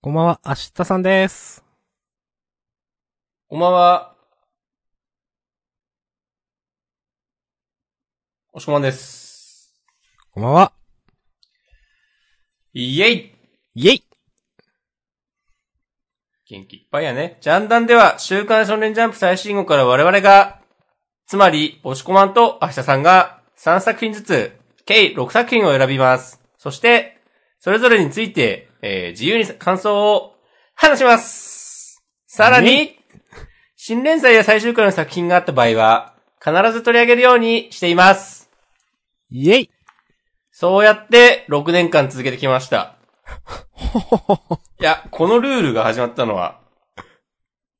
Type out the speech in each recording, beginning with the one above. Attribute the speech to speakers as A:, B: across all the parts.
A: こんばんは、明日さんです。
B: こんばんは。おしこまんです。
A: こんばんは。
B: イエイ
A: イェイ
B: 元気いっぱいやね。ジャンダンでは、週刊少年ジャンプ最新号から我々が、つまり、押し込まんと明日さんが、3作品ずつ、計6作品を選びます。そして、それぞれについて、えー自由に感想を話します。さらに、新連載や最終回の作品があった場合は、必ず取り上げるようにしています。
A: イェイ
B: そうやって、6年間続けてきました。いや、このルールが始まったのは、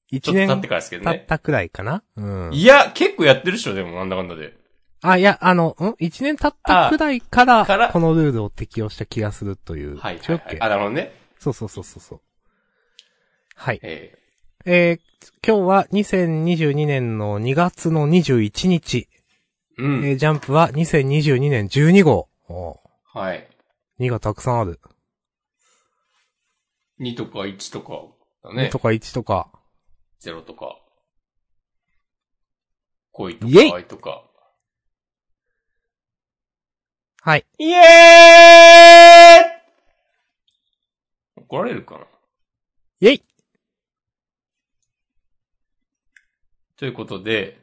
B: ち
A: 一
B: ょっと
A: 年
B: 経ってからですけど
A: 経っ
B: ね。
A: たくらいかなうん。
B: いや、結構やってるっしょ、でも、なんだかんだで。
A: あ、いや、あの、ん一年経ったくらいか、
B: あからら
A: このルールを適用した気がするという。
B: はい、は
A: 違
B: い、
A: うっ
B: は
A: け
B: い。あ、なるほどね。
A: そうそうそうそうそう。はい。
B: え
A: えー、今日は2022年の2月の21日、
B: ー、うん。
A: えージャンプは2022年12号。お
B: はい。
A: 2がたくさんある。
B: 2とか1とか、だ
A: ね、
B: ね
A: と。か1とか。
B: 0とか。恋と
A: イエイ
B: か愛とか。
A: はい。
B: イエーイ怒られるかな
A: イェイ
B: ということで、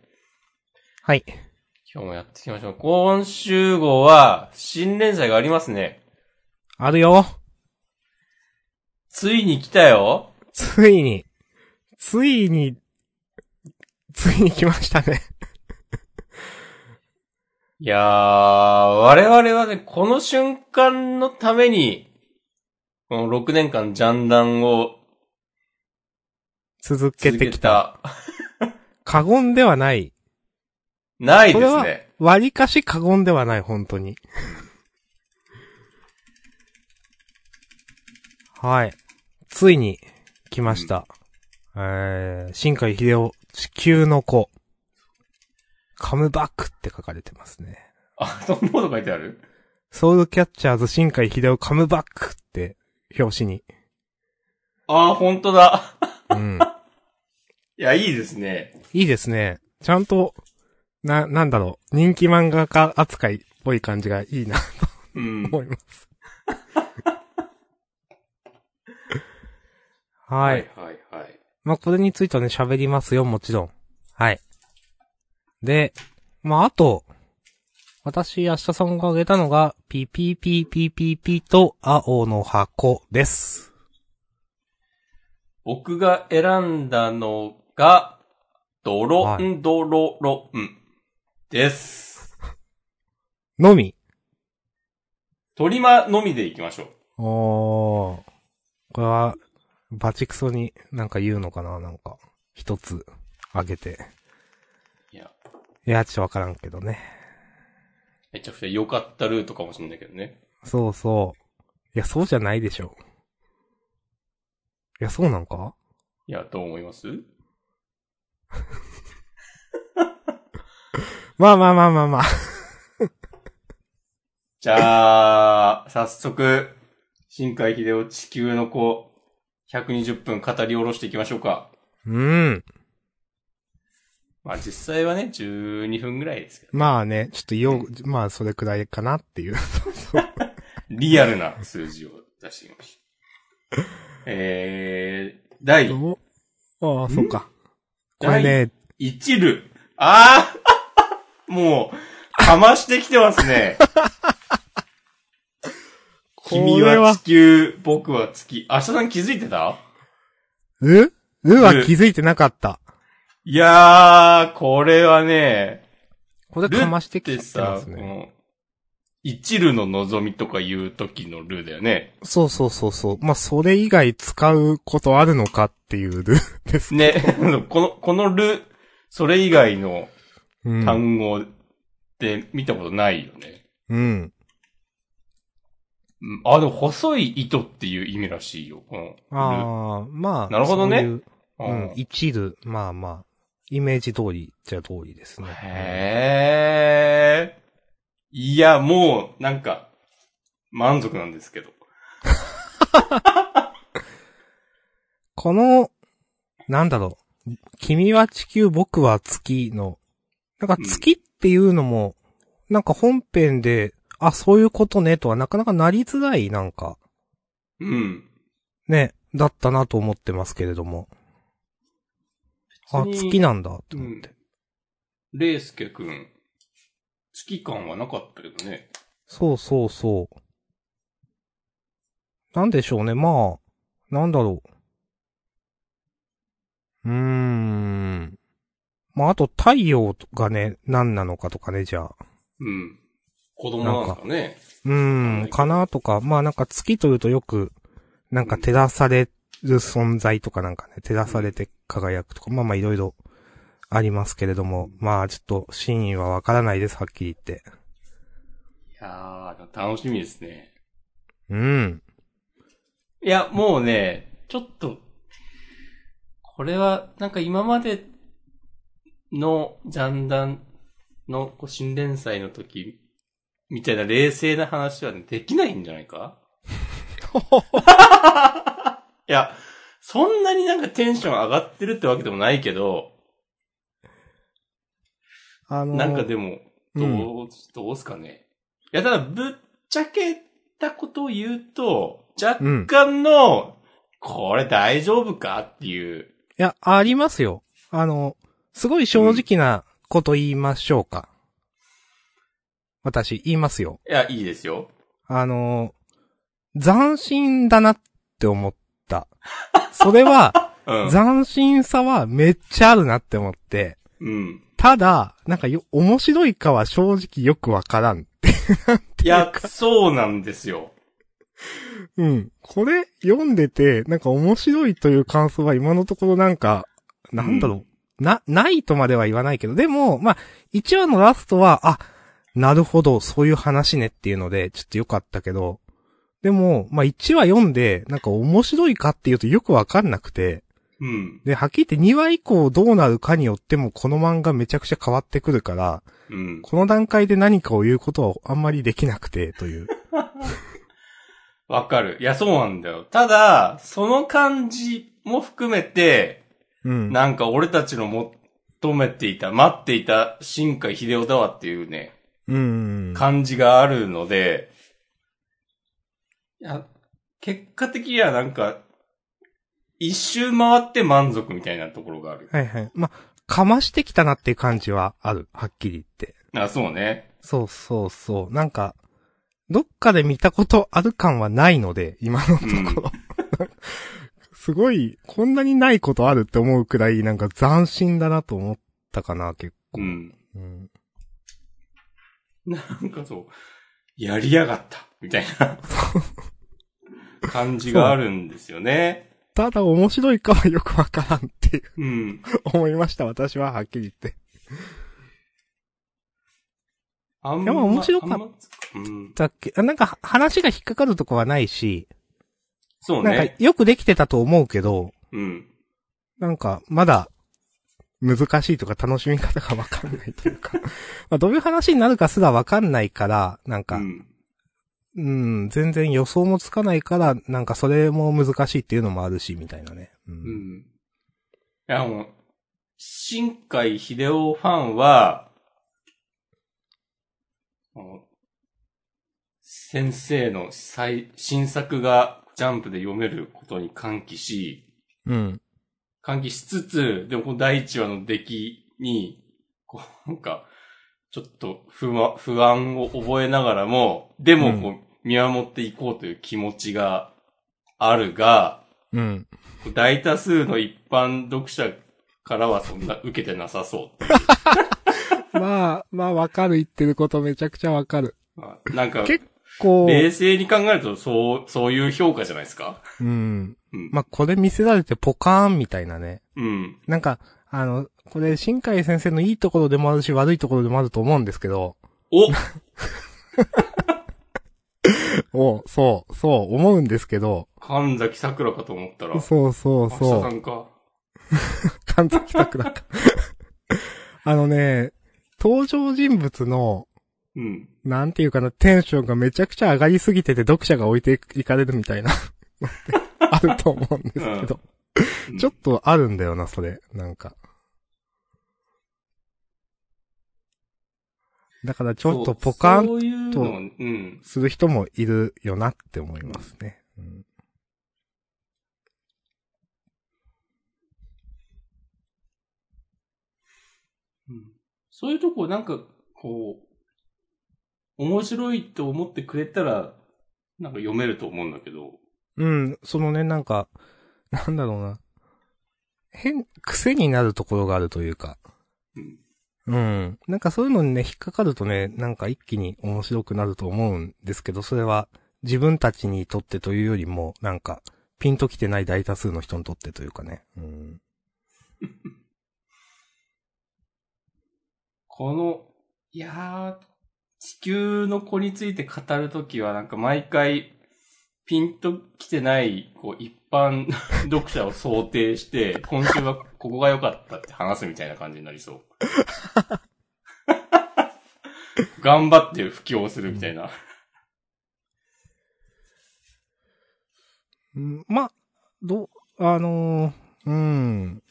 A: はい。
B: 今日もやっていきましょう。今週号は、新連載がありますね。
A: あるよ。
B: ついに来たよ。
A: ついに、ついに、ついに来ました ね。
B: いやー、我々はね、この瞬間のために、この6年間ジャンダンを
A: 続け
B: 続
A: て
B: け
A: き
B: て
A: た。
B: た。
A: 過言ではない。
B: ない
A: こ
B: で
A: れ
B: す
A: は
B: ね。、
A: 割かし過言ではない、本当に。はい。ついに、来ました。えー、新海秀夫、地球の子。カムバックって書かれてますね。
B: あ、そんなこと書いてある
A: ソウルキャッチャーズ新海秀夫カムバックって、表紙に。
B: あー、ほんとだ。
A: うん。
B: いや、いいですね。
A: いいですね。ちゃんと、な、なんだろう。人気漫画家扱いっぽい感じがいいなと
B: うん。
A: 思います。 はい。
B: はい、はい。
A: まあ、これについてはね、喋りますよ、もちろん。はい。で、まあ、あと、私、明日さんが挙げたのが、ピピピピピピと青の箱です。
B: 僕が選んだのが、ドロ
A: は
B: ンドロロンです。
A: のみ。
B: トリマのみでいきましょう。
A: おー。これは、バチクソになんか言うのかななんか、一つ、あげて。
B: いや、
A: いや、ちょっとわからんけどね。
B: めちゃくちゃ良かったルートかもしれないけどね。
A: そうそう。いや、そうじゃないでしょ。いや、そうなんか
B: いや、どう思います
A: まあまあまあまあまあ。
B: じゃあ、早速、新海秀夫地球の子、120分語り下ろしていきましょうか。
A: うん。
B: まあ実際はね、12分ぐらいですけど。
A: まあね、ちょっとよ、まあそれくらいかなっていう。
B: リアルな数字を出してみました。えー、第
A: ああ、そうか。こ
B: 第
A: れね、
B: 一る。ああ もう、かましてきてますね。君
A: これ
B: は地球、僕は月。明日さん気づいてた
A: ううは
B: う
A: 気づいてなかった。
B: いやー、これはね、
A: これかまして
B: で
A: きてま
B: さ、
A: す
B: こ
A: ね。
B: の、一るの望みとか言う時のルーだよね。
A: そうそうそうそう。まあそれ以外使うことあるのかっていうルールです。
B: ね、この、このル、それ以外の
A: うん。
B: 単語って見たことないよね。
A: うん。
B: うんあ、でも細い糸っていう意味らしいよ。このル
A: ああ、まあ。
B: なるほどね
A: そういう
B: う
A: うんん、一る、まあまあ、イメージ通りじゃ通りですね。
B: へえ。いや、もう、なんか、満足なんですけど。
A: この、なんだろう、君は地球、僕は月の、なんか月っていうのも、なんか本編で、あ、そういうことね、とはなかなかなりづらい、なんか、
B: うん。
A: ね、だったなと思ってますけれども。あ、
B: 別に
A: 月なんだ、と
B: う
A: 思っ
B: ん
A: て。。
B: レースケくん、月感はなかったけどね。
A: そうそうそう。なんでしょうね、まあ、なんだろう。うーん。まあ、あと太陽がね、何なのかとかね、じゃあ。
B: うん。子供なんかね。
A: うーん、かなとか、まあなんか月というとよく、なんか照らされる存在とかなんかね、照らされて輝くとか、まあまあいろいろありますけれども、まあちょっと真意はわからないです、はっきり言って。
B: いやー、楽しみですね。
A: うん。
B: いや、もうね、ちょっと、これは、なんか今までのジャンダンのこう新連載の時、みたいな冷静な話はね、できないんじゃないか いや、そんなになんかテンション上がってるってわけでもないけど、
A: あのー
B: なんかでも、ど
A: う
B: う
A: ん、
B: どうすかね。いや、ただ、ぶっちゃけたことを言うと、若
A: うん
B: 干の、これ大丈夫かっていう、
A: いや、ありますよ。あの、すごい正直なこと言いましょうか。私、言いますよ。
B: いや、いいですよ。
A: あの、斬新だなって思った。それは、
B: うん。
A: 斬新さはめっちゃあるなって思って、
B: うん。
A: ただ、なんかよ、面白いかは正直よくわからん。
B: いや、そうなんですよ。
A: うん。これ、読んでて、なんか面白いという感想は今のところなんか、なんだろう、な、ないとまでは言わないけど、でも、まあ、1話のラストは、あ、なるほど、そういう話ねっていうので、ちょっと良かったけど、でも、まあ、1話読んで、なんか面白いかっていうとよくわかんなくて、
B: うん。
A: で、はっきり言って2話以降どうなるかによってもこの漫画めちゃくちゃ変わってくるから、
B: うん。
A: この段階で何かを言うことはあんまりできなくて、と いう。
B: わかる。いや、そうなんだよ。ただ、その感じも含めて、
A: うん。
B: なんか俺たちの求めていた、待っていた新海秀夫だわっていうね、
A: うん。
B: 感じがあるので、いや、結果的にはなんか、一周回って満足みたいなところがある。
A: はいはい。まあ、かましてきたなっていう感じはある。はっきり言って。
B: あ、そうね。
A: そうそうそう。なんか、どっかで見たことある感はないので、今のところ。 すごい、こんなにないことあるって思うくらい、なんか斬新だなと思ったかな、結構。
B: うん。
A: うん
B: なんかそう、やりやがった、みたいな感じがあるんですよね。
A: ただ面白いかはよくわからんっていう
B: うん。
A: 思いました、私は、はっきり言って。
B: あん
A: いやまあ面白かった
B: あんまうん。
A: だっけあなんか話が引っかかるとこはないし、
B: そう
A: なんか
B: ね。
A: よくできてたと思うけど、
B: うん。
A: なんか、まだ、難しいとか楽しみ方がわかんないというか、 まあどういう話になるかすらわかんないから、なん
B: う
A: か、
B: ん。
A: うん、全然予想もつかないから、なんかそれも難しいっていうのもあるし、みたいなね。う。
B: うんん。いや、もう、新海秀夫ファンは、もう先生の最新作がジャンプで読めることに歓喜し、
A: うん。
B: 歓喜しつつ、でもこの第1話の出来に、こう、なんか、ちょっと不安、不安を覚えながらも、でもこう、見守っていこうという気持ちがあるが、
A: うん。
B: こう大多数の一般読者からはそんな受けてなさそう。
A: まあ、まあわかる言ってることめちゃくちゃわかる。
B: まあなんか、
A: 結こ
B: 冷静に考えるとそう、そういう評価じゃないですか。
A: う、うん。
B: うん。
A: まあこれ見せられてポカーンみたいなね。
B: うん。
A: なんか、あの、これ、新海先生のいいところでもあるし、悪いところでもあると思うんですけど、
B: お
A: おそう、そう、思うんですけど、
B: 神崎桜かと思ったら、
A: そうそう
B: 明日
A: そ
B: さ
A: う。
B: んか。
A: 神崎桜か。 あのね、登場人物の、
B: うん。
A: なんていうかな、テンションがめちゃくちゃ上がり すぎてて読者が置いていかれるみたいなのって、あると思うんですけど。ちょっとあるんだよな、それ。なんか。だからちょっとポカン
B: そういう
A: と
B: のうん。
A: する人もいるよなって思いますね。うん
B: うんそういうとこなんか、こう、面白いと思ってくれたら、なんか読めると思うんだけど。
A: うん、そのね、なんか、なんだろうな。変、癖になるところがあるというか。
B: うん。
A: うん。なんかそういうのにね、引っかかるとね、なんか一気に面白くなると思うんですけど、それは自分たちにとってというよりも、なんか、ピンときてない大多数の人にとってというかね。うん。
B: この、いやー、地球の子について語るときは、なんか毎回、ピンと来てない、こう、一般読者を想定 して、今週はここが良かったって話すみたいな感じになりそう。頑張って布教するみたいな。
A: うんまあ、どう、あのーうん。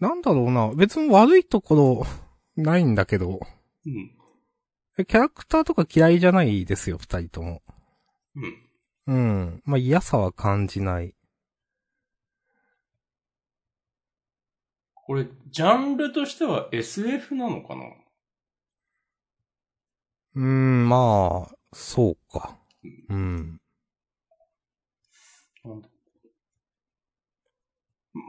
A: なんだろうな。別に悪いところ、ないんだけど。
B: うん。
A: キャラクターとか嫌いじゃないですよ、二人とも。
B: うん。
A: うん。まあ、嫌さは感じない。
B: これ、ジャンルとしては SF なのかな
A: うん、まあ、そうか。うん。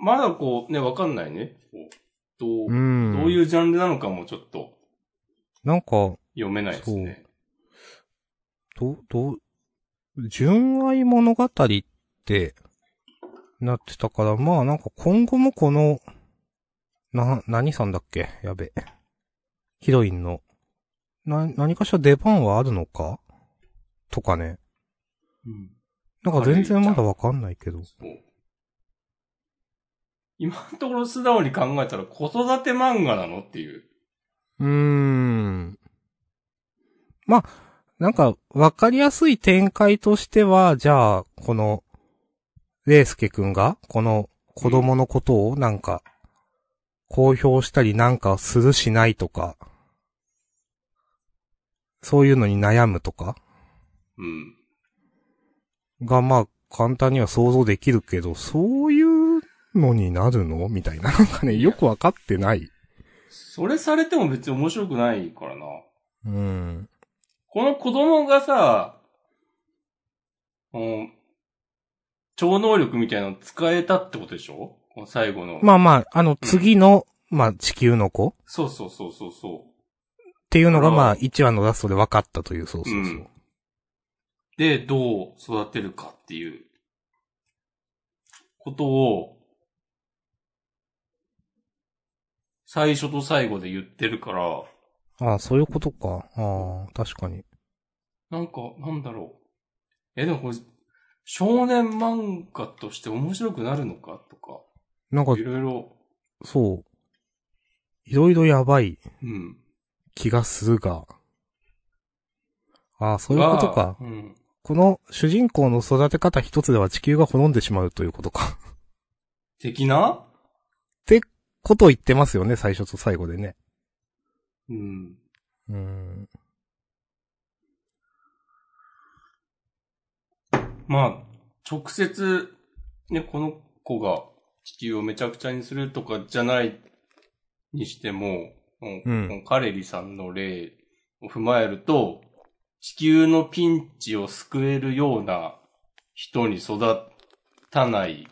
B: まだこう、ね、わかんないね。こうどう、
A: うん。
B: どういうジャンルなのかもちょっと
A: なんか、
B: 読めないですね。
A: ど、どう、純愛物語って、なってたから、まあなんか今後もこの、な、何さんだっけやべ。ヒロインの。な、何かしら出番はあるのかとかね。
B: うん
A: なんか全然まだわかんないけど。
B: そう今のところ素直に考えたら子育て漫画なのっていう。
A: うーん。まあ、なんか、わかりやすい展開としては、じゃあ、この、レイスケくんが、この子供のことを、なんか、公表したりなんかするしないとか、そういうのに悩むとか
B: うん。
A: が、まあ、簡単には想像できるけど、そういうのになるのみたいな。なんかね、よくわかってない。
B: それされても別に面白くないからな。
A: うん。
B: この子供がさ、うん、超能力みたいなの使えたってことでしょこの最後の。
A: まあまあ、あの、次の、まあ、地球の子
B: そうそうそうそうそう。
A: っていうのが、ま
B: あ
A: あ、1話のラストで分かったという、そうそうそう。
B: うんで、どう育てるかっていう、ことを、最初と最後で言ってるから、
A: ああ、そういうことか。ああ、確かに。
B: なんか、なんだろう。え、でもこれ、少年漫画として面白くなるのかとか、
A: なんか
B: い、ろいろ、
A: そう。いろいろやばい
B: うん。
A: 気がするが。ああ、そういうことか
B: が。うん。
A: この主人公の育て方一つでは地球が滅んでしまうということか。
B: 的な
A: ことを言ってますよね、最初と最後でね。
B: うん。
A: うん。
B: まあ、直接、ね、この子が地球をめちゃくちゃにするとかじゃないにしても、うん
A: うん
B: このカレリさんの例を踏まえると、地球のピンチを救えるような人に育たない、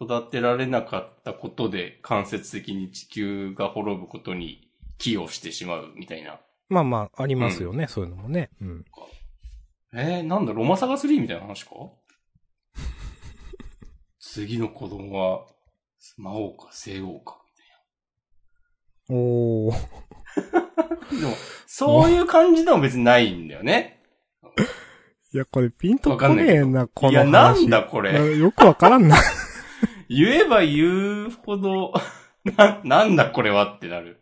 B: 育てられなかったことで間接的に地球が滅ぶことに寄与してしまうみたいな。
A: まあまあ、ありますよね、そういうのもね。うん。
B: えー、なんだ、ロマサガ3みたいな話 か次の子供は、魔王か西王か。
A: おー。
B: でも、そういう感じでも別にないんだよね。
A: いや、これピンと
B: わか
A: こ
B: んない
A: ね
B: け
A: え
B: ど
A: な、こ
B: い
A: の
B: や、
A: 話。
B: なんだこ れ。
A: よくわからんな。
B: 言えば言うほど、 な、なんだこれはってなる。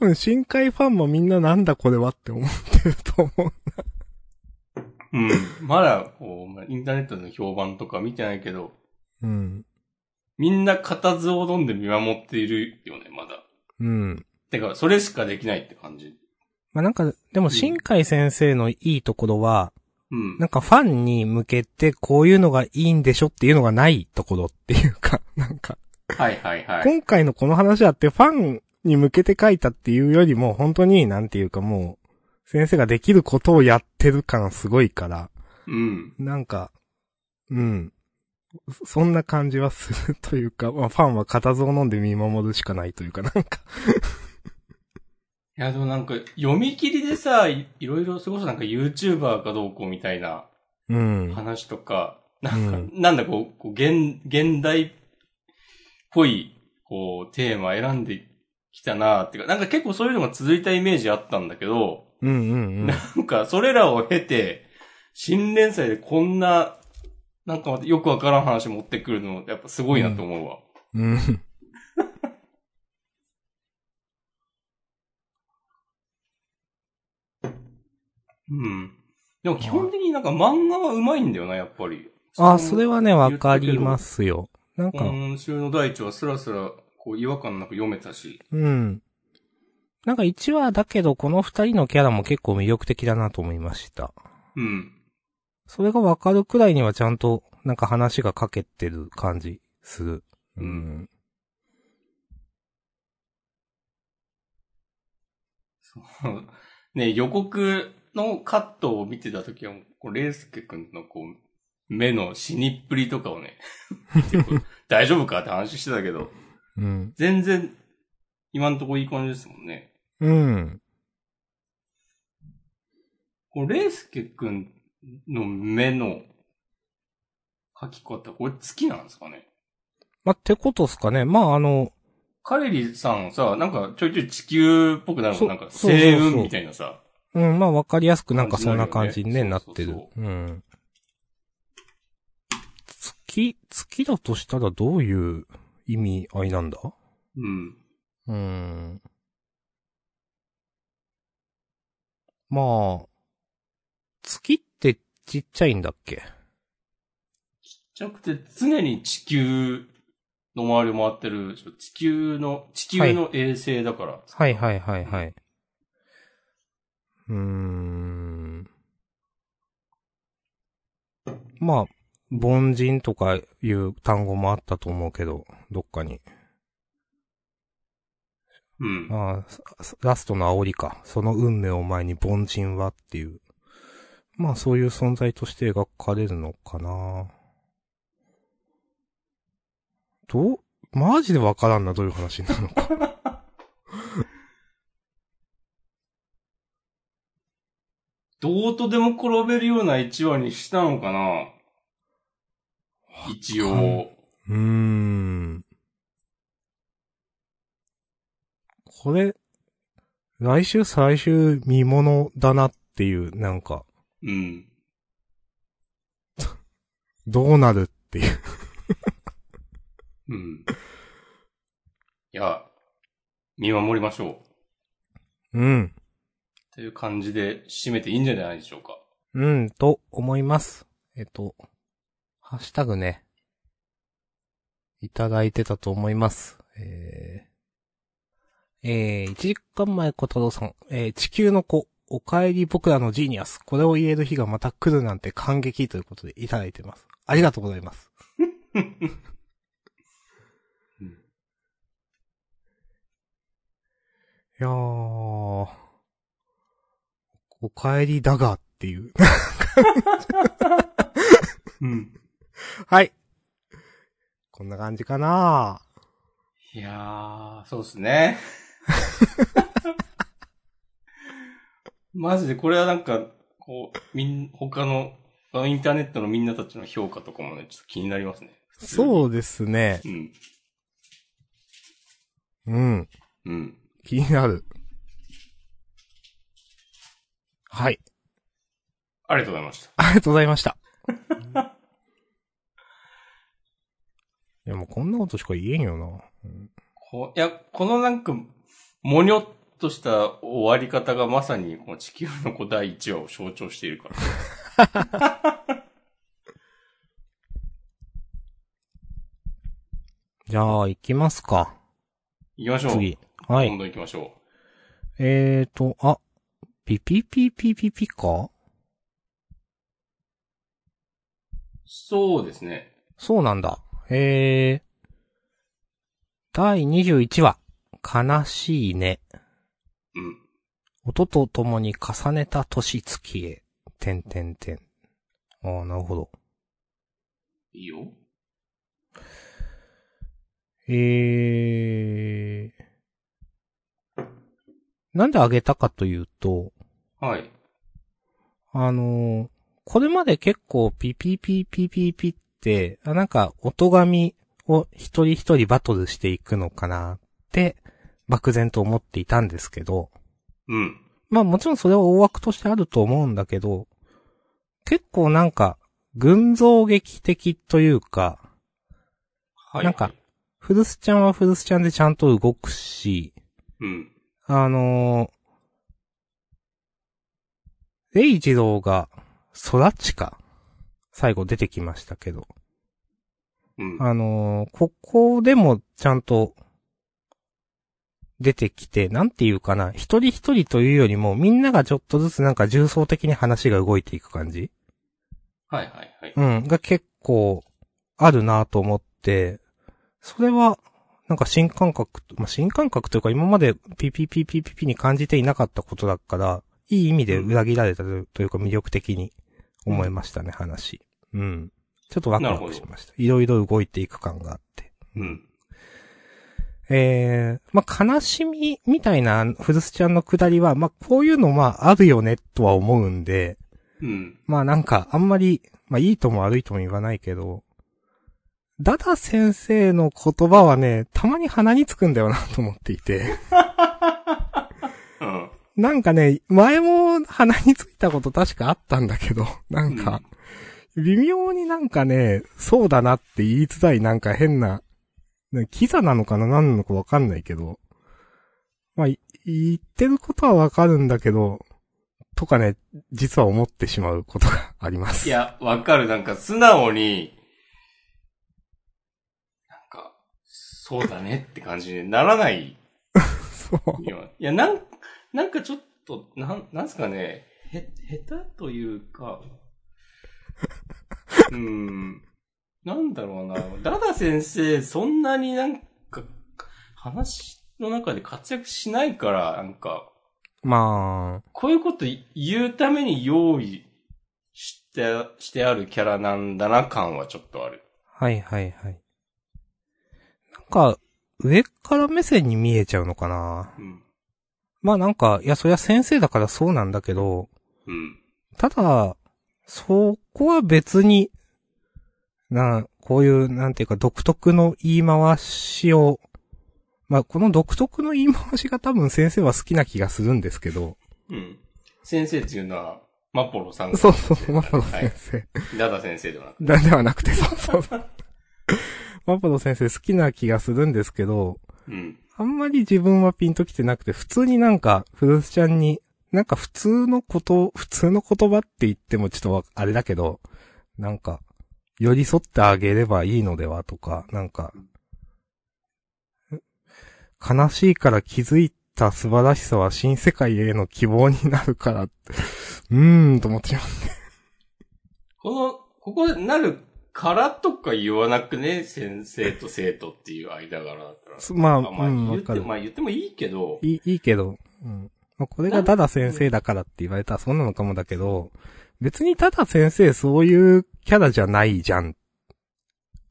A: 多分深海ファンもみんななんだこれはって思ってると思う。
B: うん。まだ、こう、まあインターネットの評判とか見てないけど、
A: うん。
B: みんな固唾を飲んで見守っているよね、まだ。
A: うん。
B: てか、それしかできないって感じ。
A: まあ、なんか、でも、新海先生のいいところは、
B: うん。
A: なんかファンに向けてこういうのがいいんでしょっていうのがないところっていうか、 なんか、
B: はいはいはい。
A: 今回のこの話だってファンに向けて書いたっていうよりも、本当になんていうかもう、先生ができることをやってる感すごいから、
B: うん。
A: なんか、うん。そんな感じはするというか、まあファンは固唾を飲んで見守るしかないというか、なんか、
B: いや、でもなんか、読み切りでさ、いいろいろ、それこそなんか YouTuber かどうこうみたいな
A: うん。
B: 話とか、なんか、
A: うん
B: なんだこう、こう現、現代っぽい、こう、テーマ選んできたなっていうか、なんか結構そういうのが続いたイメージあったんだけど、
A: うんうんうん。
B: なんか、それらを経て、新連載でこんな、なんかまたよくわからん話持ってくるの、やっぱすごいなと思うわ。
A: うん。
B: うん。でも基本的になんか漫画は上手いんだよな、やっぱり。
A: あ、それはね、わかりますよ。なんか、
B: 今週の第一はスラスラ、こう、違和感なく読めたし。
A: うん。なんか1話だけど、この2人のキャラも結構魅力的だなと思いました。
B: うん。
A: それがわかるくらいにはちゃんと、なんか話がかけてる感じする。う
B: うん
A: ん。
B: そうね、予告のカットを見てた時は、こう、レイスケ君のこう、目の死にっぷりとかをね、 見てこう大丈夫かって話してたけど、
A: うん。
B: 全然、今んとこいい感じですもんね。
A: うん。
B: このレイスケくんの目の描き方、これ好きなんですかね
A: まあ、ってことっすかね。まあ、あの、
B: カレリさんさ、なんかちょいちょい地球っぽくなるも
A: そ
B: ん、なんか
A: そうそうそう
B: 星雲みたいなさ。
A: うん、まあ、わかりやすくなんかそんな
B: 感
A: 感
B: じ
A: じ
B: に
A: に
B: なる
A: ね、
B: よね
A: なって
B: そ
A: る
B: うそう。
A: うん。月、月だとしたらどういう意味合いなんだ
B: うん。
A: うーん。まあ、月ってちっちゃいんだっけ
B: ちっちゃくて常に地球の周りを回ってるでしょ、地球の、地球の衛星だから。
A: はいはいはいはい。うーん。まあ、凡人とかいう単語もあったと思うけど、どっかに。
B: うん。
A: ああ、すラストの煽りか。その運命を前に凡人はっていう。まあそういう存在として描かれるのかな。どう、マジでわからんな、どういう話になるのか。
B: どうとでも転べるような一話にしたのかな一
A: かん
B: 応。
A: うーん。これ、来週最終見物だなっていう、なんか、
B: うん。
A: どうなるっていう。
B: うん。いや、見守りましょう。
A: うん。
B: という感じで締めていいんじゃないでしょうか。
A: うん、と思います。えっと、ハッシュタグね、いただいてたと思います。えー、えー、1時間前小太郎さん、えー、地球の子、お帰り僕らのジーニアス、これを言える日がまた来るなんて感激ということでいただいてます。ありがとうございます。
B: うん
A: いやー、お帰りだがっていう。
B: うん。
A: はい。こんな感じかない
B: やー、そうです ね。マジでこれはなんか、こう、みん、他の、あのインターネットのみんなたちの評価とかもね、ちょっと気になりますね。。
A: そううですね。
B: うん。
A: うん。
B: うん。
A: 気になる。はい。
B: ありがとうございました。
A: ありがとうございました。いや、もうこんなことしか言えんよな。
B: こいや、このなんか、もにょっとした終わり方がまさに、この地球の子第1話を象徴しているから。
A: じゃあ、行きますか。
B: 行きましょう。
A: 次。は
B: 今
A: い。
B: 度行きましょ
A: えーと、あ、ピピピピピピか
B: う。そうですね。
A: そうなんだ。えー。第21話、悲しいね。
B: うん。
A: 音と共に重ねた年月へ。てんてんてん。ああ、なるほど。
B: いいよ。
A: えー。なんであげたかというと、
B: はい。
A: あのーこれまで結構ピピピピピピって、あなんか音紙を一人一人バトルしていくのかなって、漠然と思っていたんですけど、
B: うん。
A: まあもちろんそれは大枠としてあると思うんだけど、結構なんか、群像劇的というか、
B: はい。
A: なんか。フルスちゃんはフルスちゃんでちゃんと動くし、
B: うん。
A: あのー、レイジローが、空地か。最後出てきましたけど。
B: うん。
A: あのー、ここでもちゃんと、出てきて、なんていうかな、一人一人というよりも、みんながちょっとずつなんか重層的に話が動いていく感じ
B: はいはいはい。
A: うん、が結構、あるなと思って、それは、なんか新感覚と、まあ、新感覚というか今まで PPPPP に感じていなかったことだから、いい意味で裏切られたとというか魅力的に思いましたね、話。うん。ちょっとワクワクしました。いろいろ動いていく感があって。
B: うん。
A: えー、まあ、悲しみみたいな、フルスちゃんのくだりは、まあ、こういうのまあ、あるよね、とは思うんで、
B: うん。
A: まあなんか、あんまり、まあいいとも悪いとも言わないけど、ダダ先生の言葉はね、たまに鼻につくんだよなと思ってい て。
B: うん。
A: なんかね、前も鼻についたこと確かあったんだけど、なんか、微妙になんかね、そうだなって言いづらいなんか変な、ねキザなのかな何なのかわかんないけど、まあ、い言ってることはわかるんだけど、とかね、実は思ってしまうことがあります。
B: いや、わかる。なんか、素直に、なんか、そうだねって感じにならない
A: そう。
B: いや、いやなん、なんかちょっと、なん、なんすかね、へ、下手というか、うーん、なんだろうな、ダダ先生、そんなになんか、話の中で活躍しないから、なんか、
A: まあ、
B: こういうこと言うために用意して、してあるキャラなんだな感はちょっとある。
A: はいはいはい。なんか、上から目線に見えちゃうのかな
B: うん。
A: まあなんか、いやそりゃ先生だからそうなんだけど、
B: うん。
A: ただ、そこは別に、な、こういう、なんていうか、独特の言い回しを、まあこの独特の言い回しが多分先生は好きな気がするんですけど、
B: うん。先生っていうのは、マッポロさんが
A: そうそう、マパロ先生。
B: ダダ先生ではなく。
A: だ、ではなくて、そうそうそう。マパロ先生好きな気がするんですけど、
B: うん。
A: あんまり自分はピンときてなくて、普通になんか、フルスちゃんに、なんか普通のこと、普通の言葉って言ってもちょっとわあれだけど、なんか、寄り添ってあげればいいのではとか、なんか、悲しいから気づいた素晴らしさは新世界への希望になる から、うーん、と思ってしまう。
B: この、ここなるからとか言わなくね、先生と生徒っていう間柄だったら。
A: すまあ、
B: あまあ、
A: うん、
B: 言
A: わ
B: っ
A: か
B: て、
A: る。
B: まあ言ってもいいけど、
A: いい、いいけど、うん。まあ、これがダダ先生だからって言われたらそうなのかもだけど、別にダダ先生そういうキャラじゃないじゃん。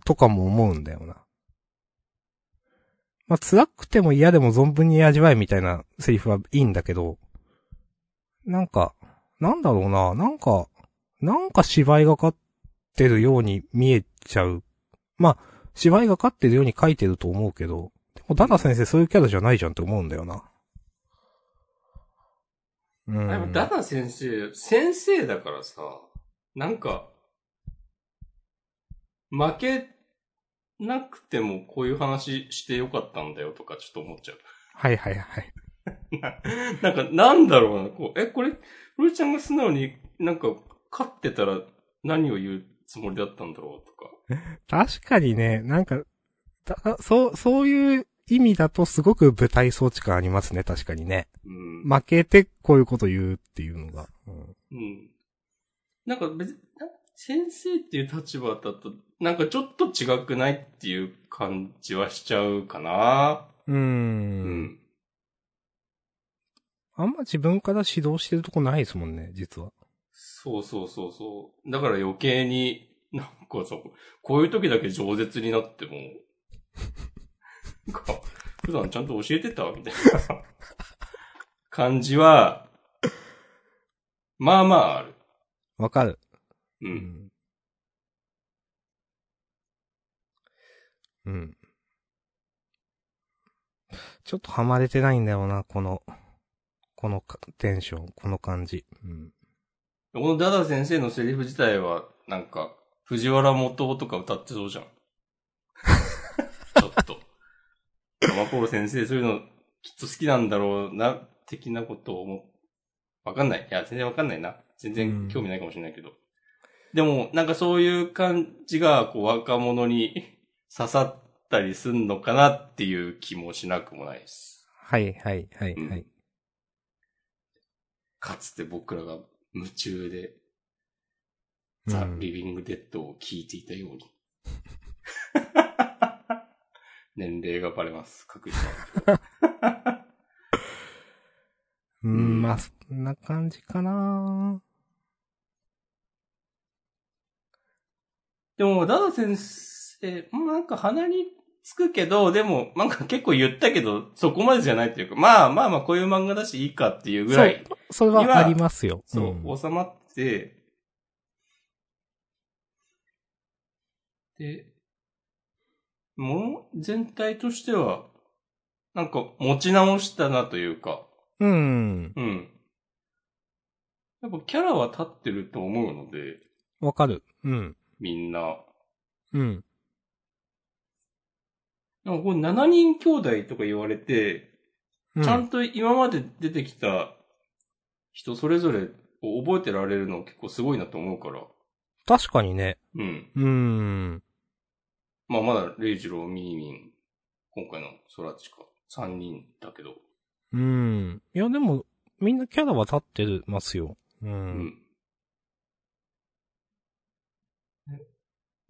A: とかも思うんだよな。まあ、辛くても嫌でも存分に味わえみたいなセリフはいいんだけど、なんか、なんだろうな、なんか、なんか芝居がかってるように見えちゃう。まあ、芝居がかってるように書いてると思うけど、でもダダ先生そういうキャラじゃないじゃんって思うんだよな。う
B: やっ
A: ん。
B: ぱダダ先生、先生だからさ、なんか、負けなくてもこういう話してよかったんだよとかちょっと思っちゃう。
A: はいはいはい。
B: なんか、なんだろうな、こう、え、これ、ロイちゃんが素直になんか、勝ってたら何を言うつもりだったんだろうとか。
A: 確かにね、なんか、だそう、そういう意味だとすごく舞台装置感ありますね、確かにね。
B: うん。
A: 負けてこういうこと言うっていうのが。うん
B: うん。なんか別に、な先生っていう立場だと、なんかちょっと違くないっていう感じはしちゃうかな。
A: うー。。
B: うん
A: あんま自分から指導してるとこないですもんね、実は。
B: そうそうそうそう。だから余計に、なんかさ、こういう時だけ饒舌になっても、なんか、普段ちゃんと教えてたみたいな感じは、まあまあある。
A: わかる。
B: う。
A: うんん。うん。ちょっとハマれてないんだよな、この、このかテンション、この感じ。うん。
B: このダダ先生のセリフ自体は、なんか、藤原元夫とか歌ってそうじゃん。ちょっと。玉子先生、そういうの、きっと好きなんだろうな、的なことを思う。わかんない。いや、全然わかんないな。全
A: う
B: 然
A: ん
B: 興味ないかもしれないけど。でも、なんかそういう感じが、こう、若者に刺さったりすんのかなっていう気もしなくもないです。
A: はい、はい、はい、はい。
B: かつて僕らが夢中で
A: う
B: ザ・
A: ん
B: リビング・デッドを聞いていたように。 年齢がバレます、確実
A: う
B: うん
A: ん、まあ、そんな感じかな
B: でも、ダダ先生、もうなんか鼻につくけど、でも、なんか結構言ったけど、そこまでじゃないっていうか、まあまあまあ、こういう漫画だしいいかっていうぐらい、
A: それはありますよ。
B: そう、
A: うん
B: 収まって、で、もの全体としては、なんか持ち直したなというか、
A: うん。
B: うん。やっぱキャラは立ってると思うので、
A: わかる。うん。
B: みんな。
A: うん。
B: なんかこれ7人兄弟とか言われて、
A: う
B: ちゃんと今まで出てきた人それぞれを覚えてられるの結構すごいなと思うから。
A: 確かにね。
B: うん。
A: うん。
B: まあまだ、レイジロー、ミーミン、今回のソラチカ、3人だけど。
A: うん。いや、でも、みんなキャラは立ってるますよ。う。。
B: うんね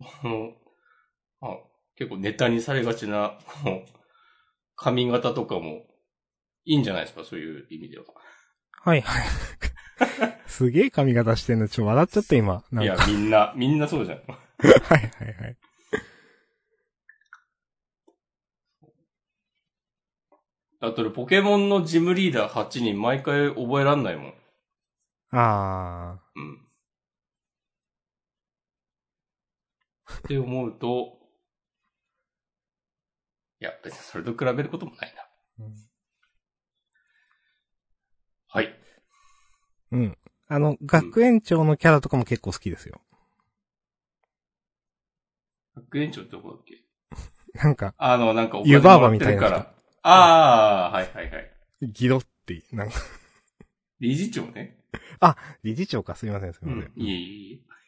B: あの、 あ、結構ネタにされがちな、こう、髪型とかも、いいんじゃないですか、そういう意味では。
A: はい はい。すげえ髪型してんの、ちょっと笑っちゃった今。ないん
B: や
A: か。、
B: みんな、みんなそうじゃん。
A: はいはいはい。
B: だって俺ポケモンのジムリーダー8人毎回覚えらんないもん。
A: あ
B: うん。って思うと、いや、別にそれと比べることもないな。
A: ー。
B: はい。
A: うん。あの、学園長のキャラとかも結構好きですよ。
B: 学園長ってどこだっけ
A: なんか、
B: あの、なんかお
A: 湯婆婆
B: もらってるか
A: みたいな
B: ら。ああ、はいはいはい。
A: ギロって、なんか、
B: 理事長ね。
A: 理事長かすいません、すいうません。
B: ん。いえいえ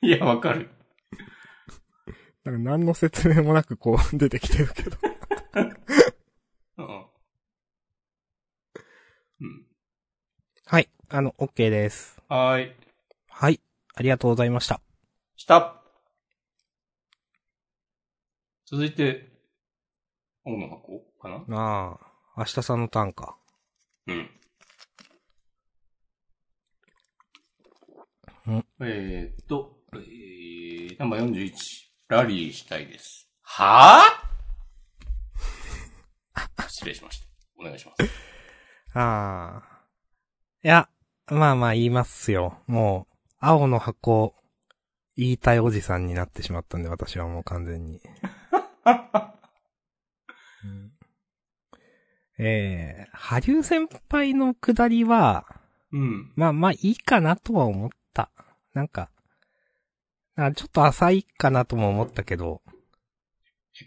B: いえ。いや、わかる。
A: なんか何の説明もなくこう 出てきてるけど。
B: うん。うん。
A: はい。あの、OK です。
B: はーい。
A: はい。ありがとうございました。
B: した。続いて、青の箱かな
A: ああ、明日さんのターンか。
B: うん。
A: うん
B: えーっと、えー、ナンバー41。ラリーしたいです。は ぁ失礼しました。お願いします。
A: ああ。いや、まあまあ言いますよ。もう、青の箱、言いたいおじさんになってしまったんで、私はもう完全に。 うんえー、波竜先輩のくだりは、
B: うん。
A: まあまあいいかなとは思った。なんか、なんかちょっと浅いかなとも思ったけど、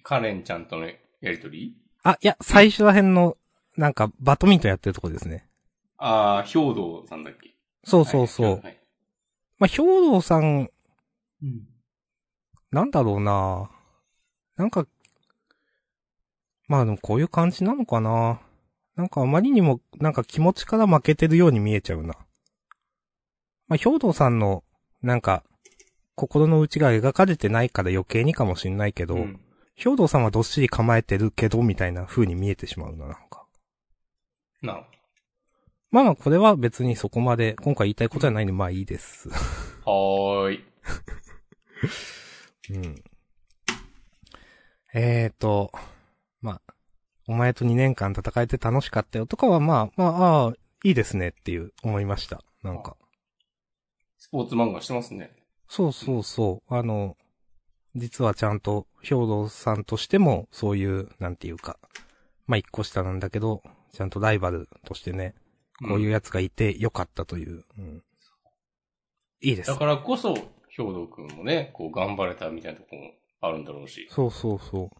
B: カレンちゃんとのやりとり
A: あ、いや、最初ら辺の、なんか、バドミントンやってるとこですね。
B: あー、兵道さんだっけ
A: そうそうそう。
B: はいはい
A: まあ、兵道さん、
B: うん。
A: なんだろうななんか、まあでもこういう感じなのかななんかあまりにも、なんか気持ちから負けてるように見えちゃうな。まあ、兵道さんの、なんか、心の内が描かれてないから余計にかもしんないけど、
B: うん。
A: 兵道さんはどっしり構えてるけど、みたいな風に見えてしまうな、なんか。
B: なる
A: まあまあ、これは別にそこまで、今回言いたいことはないんで、まあいいです。
B: ほどはーい。
A: うん。えーと、まあ、お前と2年間戦えて楽しかったよとかは、まあ、まあ、ああ、いいですねっていう、思いました。なんか。
B: スポーツ漫画してますね。
A: そうそうそう。あの、実はちゃんと、兵道さんとしても、そういう、なんていうか、まあ一個下なんだけど、ちゃんとライバルとしてね、こういう
B: うん
A: やつがいてよかったという。うん、いいです
B: だ。からこそ、兵道くんもね、こう頑張れたみたいなところもあるんだろうし。
A: そうそうそう。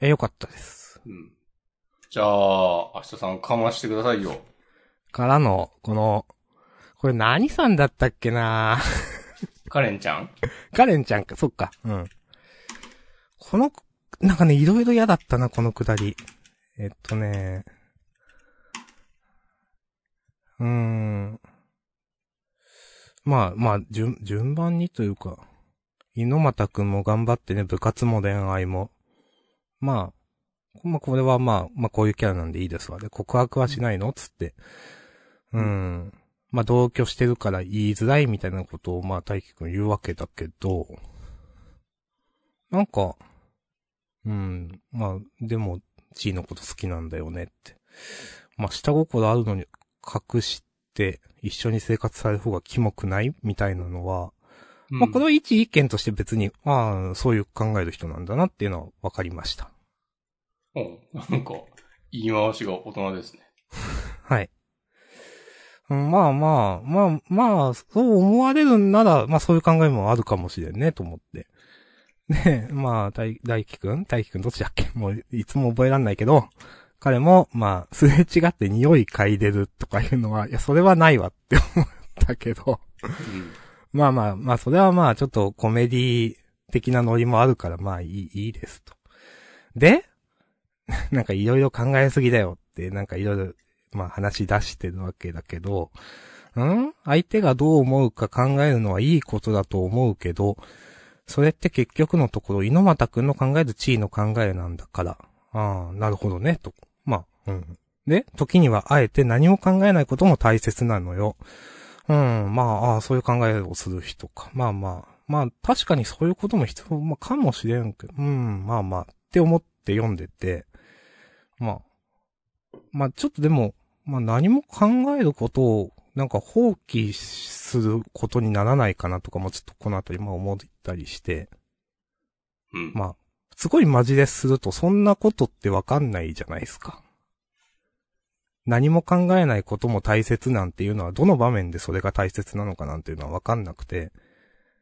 A: え、よかったです。
B: うん。じゃあ、明日さんかましてくださいよ。
A: からの、この、これ何さんだったっけな
B: カレンちゃん
A: カレンちゃんか、そっか。うん。この、なんかね、いろいろ嫌だったな、このくだり。えっとね、うーん。まあ、まあ、順、順番にというか、猪俣くんも頑張ってね、部活も恋愛も。まあ、こまあ、これはまあ、まあ、こういうキャラなんでいいですわ。で、告白はしないのつって。うん。まあ、同居してるから言いづらいみたいなことを、まあ、大輝くん言うわけだけど、なんか、うん、まあ、でも、地位のこと好きなんだよねって。まあ、下心あるのに隠して、一緒に生活される方がキモくないみたいなのは、まあ、これ
B: の、
A: は一意見として別に、ああ、そういう考える人なんだなっていうのは分かりました。
B: うん。なんか、言い回しが大人ですね。
A: はい。うんまあまあ、まあまあ、そう思われるんなら、まあそういう考えもあるかもしれんね、と思って。 で、まあ、大、大輝くん大輝くんどっちだっけもう、いつも覚えらんないけど、彼も、まあ、すれ違って匂い嗅いでるとかいうのは、いや、それはないわって思ったけど。
B: うん。
A: まあまあ、まあ、それはまあ、ちょっとコメディ的なノリもあるから、まあいい、いいですと。で、なんかいろいろ考えすぎだよって、なんかいろいろ、まあ話し出してるわけだけど、ん相手がどう思うか考えるのはいいことだと思うけど、それって結局のところ、猪俣くんの考える地位の考えなんだから、ああ、なるほどね、と。まあ、うん。で、時にはあえて何も考えないことも大切なのよ。うん、まあ、ああそういう考えをする人か。まあまあ。まあ、確かにそういうことも必要、まあ、かもしれんけど、うん、まあまあ、って思って読んでて、まあ、まあちょっとでも、まあ何も考えることを、なんか放棄することにならないかなとかもちょっとこのあたり、まあ思ったりして、
B: うん。
A: まあ、すごいマジレスするとそんなことってわかんないじゃないですか。何も考えないことも大切なんていうのは、どの場面でそれが大切なのかなんていうのはわかんなくて、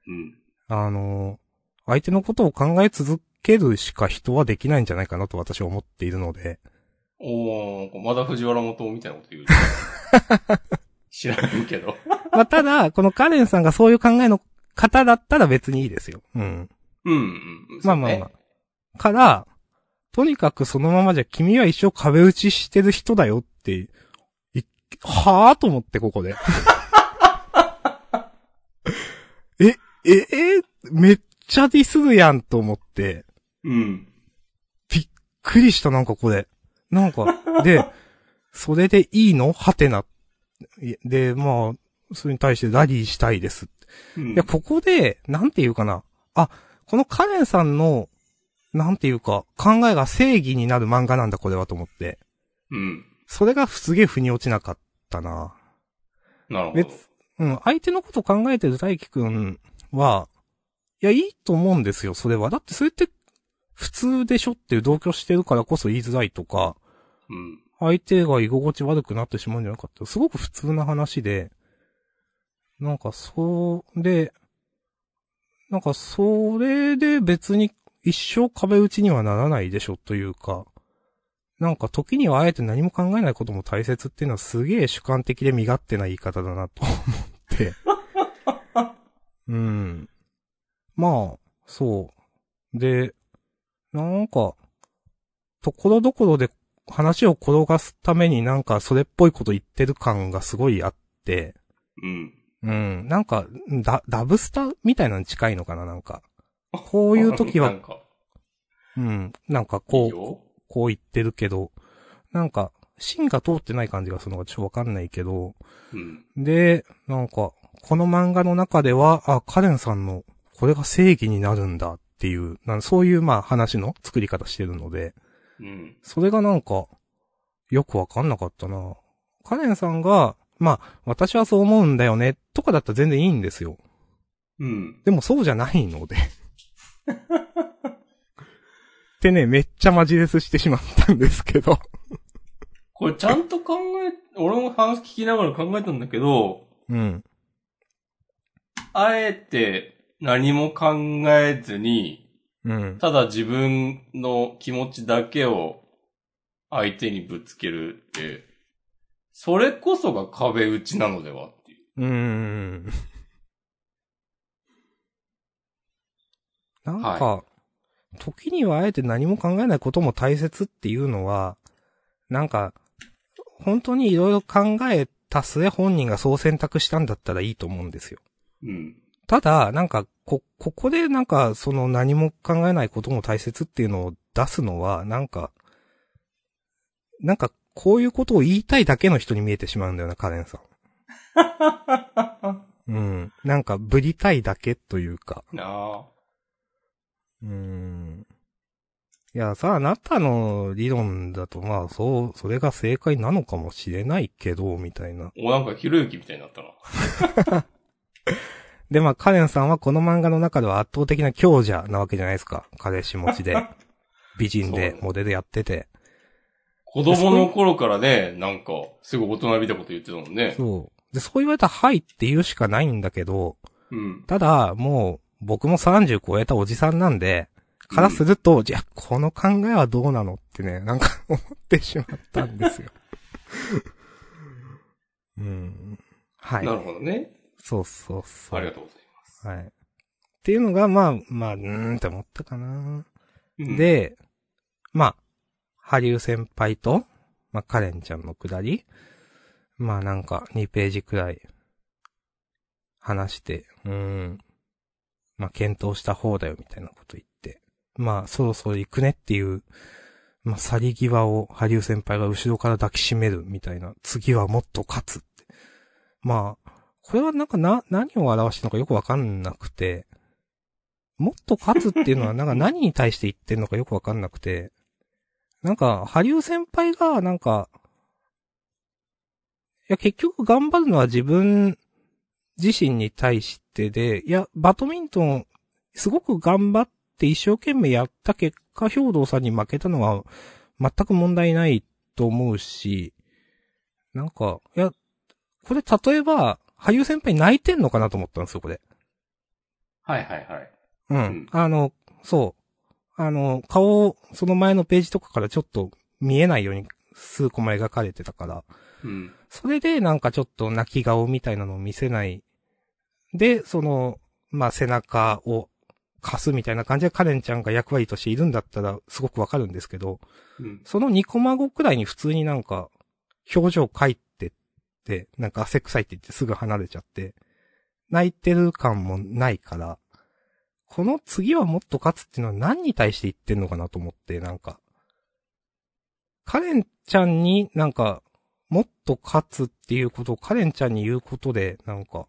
B: うん。
A: あの、相手のことを考え続けるしか人はできないんじゃないかなと私は思っているので、
B: おー、なんかまだ藤原元みたい なこと言う。知らんけど。
A: まあ、ただ、このカレンさんがそういう考えの方だったら別にいいですよ。うん。
B: うん、うん。
A: まあまあまあ。から、とにかくそのままじゃ君は一生壁打ちしてる人だよって、いはぁと思ってここで。 え、え、え、めっちゃディスるやんと思って。
B: うん。
A: びっくりした、なんかこれ。なんか、で、それでいいのはてな。いやで、まあ、それに対してラリーしたいです。
B: うん。
A: いや、ここで、なんていうかな。あ、このカレンさんの、なんていうか、考えが正義になる漫画なんだ、これはと思って。
B: うん。
A: それがすげえ腑に落ちなかったな。
B: なるほど。
A: 別うん、相手のこと考えてる大輝くんは、いや、いいと思うんですよ、それは。だってそれって、普通でしょっていう同居してるからこそ言いづらいとか、
B: うん。
A: 相手が居心地悪くなってしまうんじゃなかった。すごく普通な話で、なんかそうで、なんかそれで別に一生壁打ちにはならないでしょというか、なんか時にはあえて何も考えないことも大切っていうのはすげえ主観的で身勝手な言い方だなと思って。うん。まあ、そう。で、なんか、ところどころで話を転がすためになんかそれっぽいこと言ってる感がすごいあって、
B: うん。
A: うん、なんか、ダ、ダブスタみたいなのに近いのかな、なんか。こういう時
B: な
A: は
B: ん、か、
A: うん、なんか
B: いい
A: こう、
B: よ。
A: こう言ってるけど、なんか、芯が通ってない感じがするのがちょっとわかんないけど、
B: うん。
A: で、なんか、この漫画の中では、あ、カレンさんの、これが正義になるんだっていう、なんそういうまあ話の作り方してるので、
B: うん。
A: それがなんか、よくわかんなかったな。カレンさんが、まあ、私はそう思うんだよね、とかだったら全然いいんですよ。
B: うん。
A: でもそうじゃないの で。ってね、めっちゃマジレスしてしまったんですけど。
B: これちゃんと考え、俺も話聞きながら考えたんだけど、
A: うん。
B: あえて何も考えずに、
A: うん。
B: ただ自分の気持ちだけを相手にぶつけるって、それこそが壁打ちなのではっていう。
A: うーん。なんか、
B: は
A: 時にはあえて何も考えないことも大切っていうのは、なんか、本当にいろいろ考えた末本人がそう選択したんだったらいいと思うんですよ。
B: うん。
A: ただ、なんか、こ、ここでなんか、その何も考えないことも大切っていうのを出すのは、なんか、なんか、こういうことを言いたいだけの人に見えてしまうんだよな、カレンさん。うん。なんか、ぶりたいだけというか。
B: なあ。
A: うーん。いや、さあ、あなたの理論だと、まあ、そう、それが正解なのかもしれないけど、みたいな。
B: お、なんかひろゆきみたいになったな。
A: で、まあ、カレンさんはこの漫画の中では圧倒的な強者なわけじゃないですか。彼氏持ち で。美人で
B: そう、
A: モデルやってて。
B: 子供の頃からね、なんか、すごい大人びたこと言ってたもんね。
A: そう。で、そう言われたらはいって言うしかないんだけど、
B: うん。
A: ただ、もう、僕も30超えたおじさんなんで、からすると、じゃあ、この考えはどうなのってね、なんか思ってしまったんです よ。うん。はい
B: な。るほどね。
A: そうそうそう。
B: ありがとうござい
A: はい。っていうのが、まあ、まあ、うーんって思ったかな。
B: ます。うん、
A: で、まあ、ハリウ先輩と、まあ、カレンちゃんのくだり、まあなんか2ページくらい話して、うーん、まあ検討した方だよみたいなこと言って、まあそろそろ行くねっていう、まあ去り際をハリウ先輩が後ろから抱きしめるみたいな、次はもっと勝つって。まあ、これはなんかな、何を表してるのかよくわかんなくて、もっと勝つっていうのはなんか何に対して言ってんのかよくわかんなくて、なんか、ハリウ先輩がなんか、いや結局頑張るのは自分自身に対してで、いや、バドミントン、すごく頑張って一生懸命やった結果、兵道さんに負けたのは全く問題ないと思うし、なんか、いや、これ例えば、俳優先輩泣いてんのかなと思ったんですよ、これ。
B: はいはいはい。
A: うん。
B: ん
A: あの、そう。あの、顔を、その前のページとかからちょっと見えないように数コマ描かれてたから、
B: うん。
A: それでなんかちょっと泣き顔みたいなのを見せない。で、その、まあ、背中を貸すみたいな感じでカレンちゃんが役割としているんだったらすごくわかるんですけど、
B: うん。
A: その2コマ後くらいに普通になんか、表情書いてって、なんか汗臭いって言ってすぐ離れちゃって、泣いてる感もないから、この次はもっと勝つっていうのは何に対して言ってんのかなと思って、なんか、カレンちゃんになんか、もっと勝つっていうことをカレンちゃんに言うことで、なんか、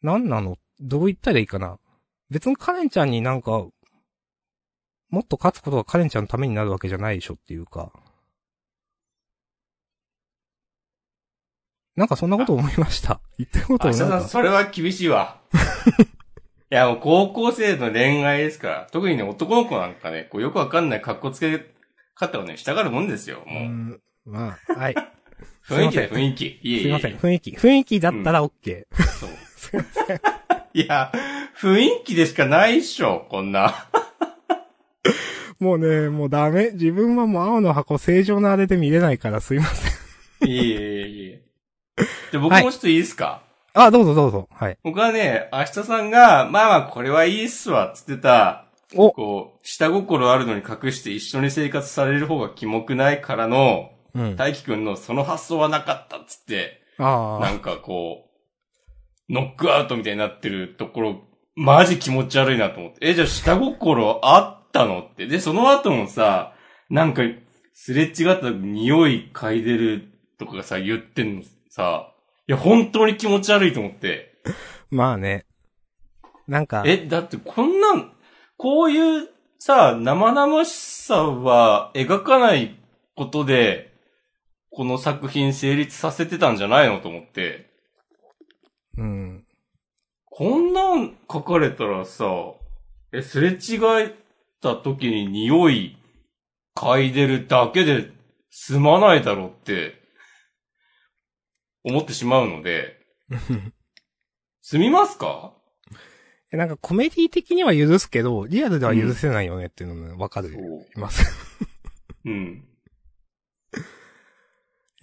A: 何なのどう言ったらいいかな別にカレンちゃんになんか、もっと勝つことがカレンちゃんのためになるわけじゃないでしょっていうか。なんかそんなこと思いました。言ってること
B: あ、
A: を
B: し
A: なん
B: さ
A: か
B: ん、それは厳し いわ。いや、もう高校生の恋愛ですから、特にね、男の子なんかね、こうよくわかんない格好つけ方をね、したがるもんですよ、
A: う
B: もう。
A: ん、まあ、はい。
B: 雰囲気だよ、
A: すいません
B: 雰囲気。いえいえ
A: すい
B: いえ
A: ません。。雰囲気。雰囲気だったら OK。
B: そう。いや、雰囲気でしかないっしょ、こんな。
A: もうね、もうダメ。自分はもう青の箱正常なあれで見れないからすいません。
B: いえいえいえ。じゃあ僕もちょっといいですか、
A: あ、どうぞどうぞ。はい。
B: 僕はね、明日さんが、まあまあこれはいいっすわ、つってた、
A: お
B: こう、下心あるのに隠して一緒に生活される方がキモくないからの、
A: うん。
B: 大輝くんのその発想はなかったっつって、な
A: あ
B: んかこう、ノックアウトみたいになってるところ、マジ気持ち悪いなと思って。え、じゃあ下心あったのって。で、その後もさ、なんか、すれ違った匂い嗅いでるとかがさ、言ってんのさ、いや、本当に気持ち悪いと思って。
A: あ。まあね。なんか、
B: え、だってこんなん、こういうさ、生々しさは描かないことで、この作品成立させてたんじゃないのと思って。
A: うん。
B: こんなん書かれたらさ、え、すれ違った時に匂い嗅いでるだけで済まないだろうって、思ってしまうので、済みますか
A: えなんかコメディ的には許すけど、リアルでは許せないよねっていうのもわかる。います。
B: うん。
A: い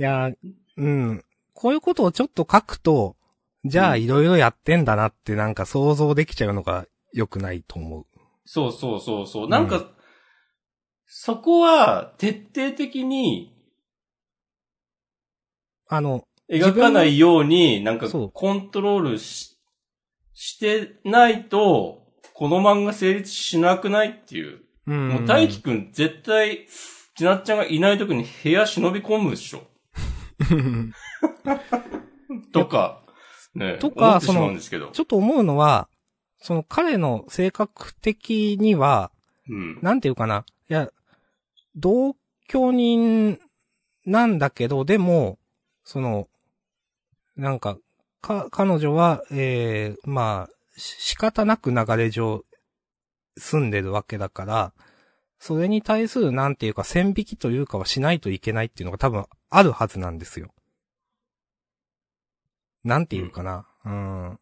A: やー、うん。こういうことをちょっと書くと、じゃあいろいろやってんだなってなんか想像できちゃうのが良くないと思う。
B: そうそうそうそう。なんか、そこは徹底的に
A: あの、
B: 描かないように、なんか
A: そう
B: コントロールししてないと、この漫画成立しなくないっていう。
A: うん。
B: もう大 輝くん絶対、ちなっちゃんがいない時に部屋忍び込むでしょ。とか、ね、
A: とか
B: 思ってしまうんですけど。
A: ちょっと思うのは、その彼の性格的には、
B: うん。
A: なんていうかな。いや、同居人なんだけど、でも、その、なんか、か、彼女は、えー、まあ、し仕方なく流れ上、住んでるわけだから、それに対するなんていうか線引きというかはしないといけないっていうのが多分あるはずなんですよ。なんていうかな。うん。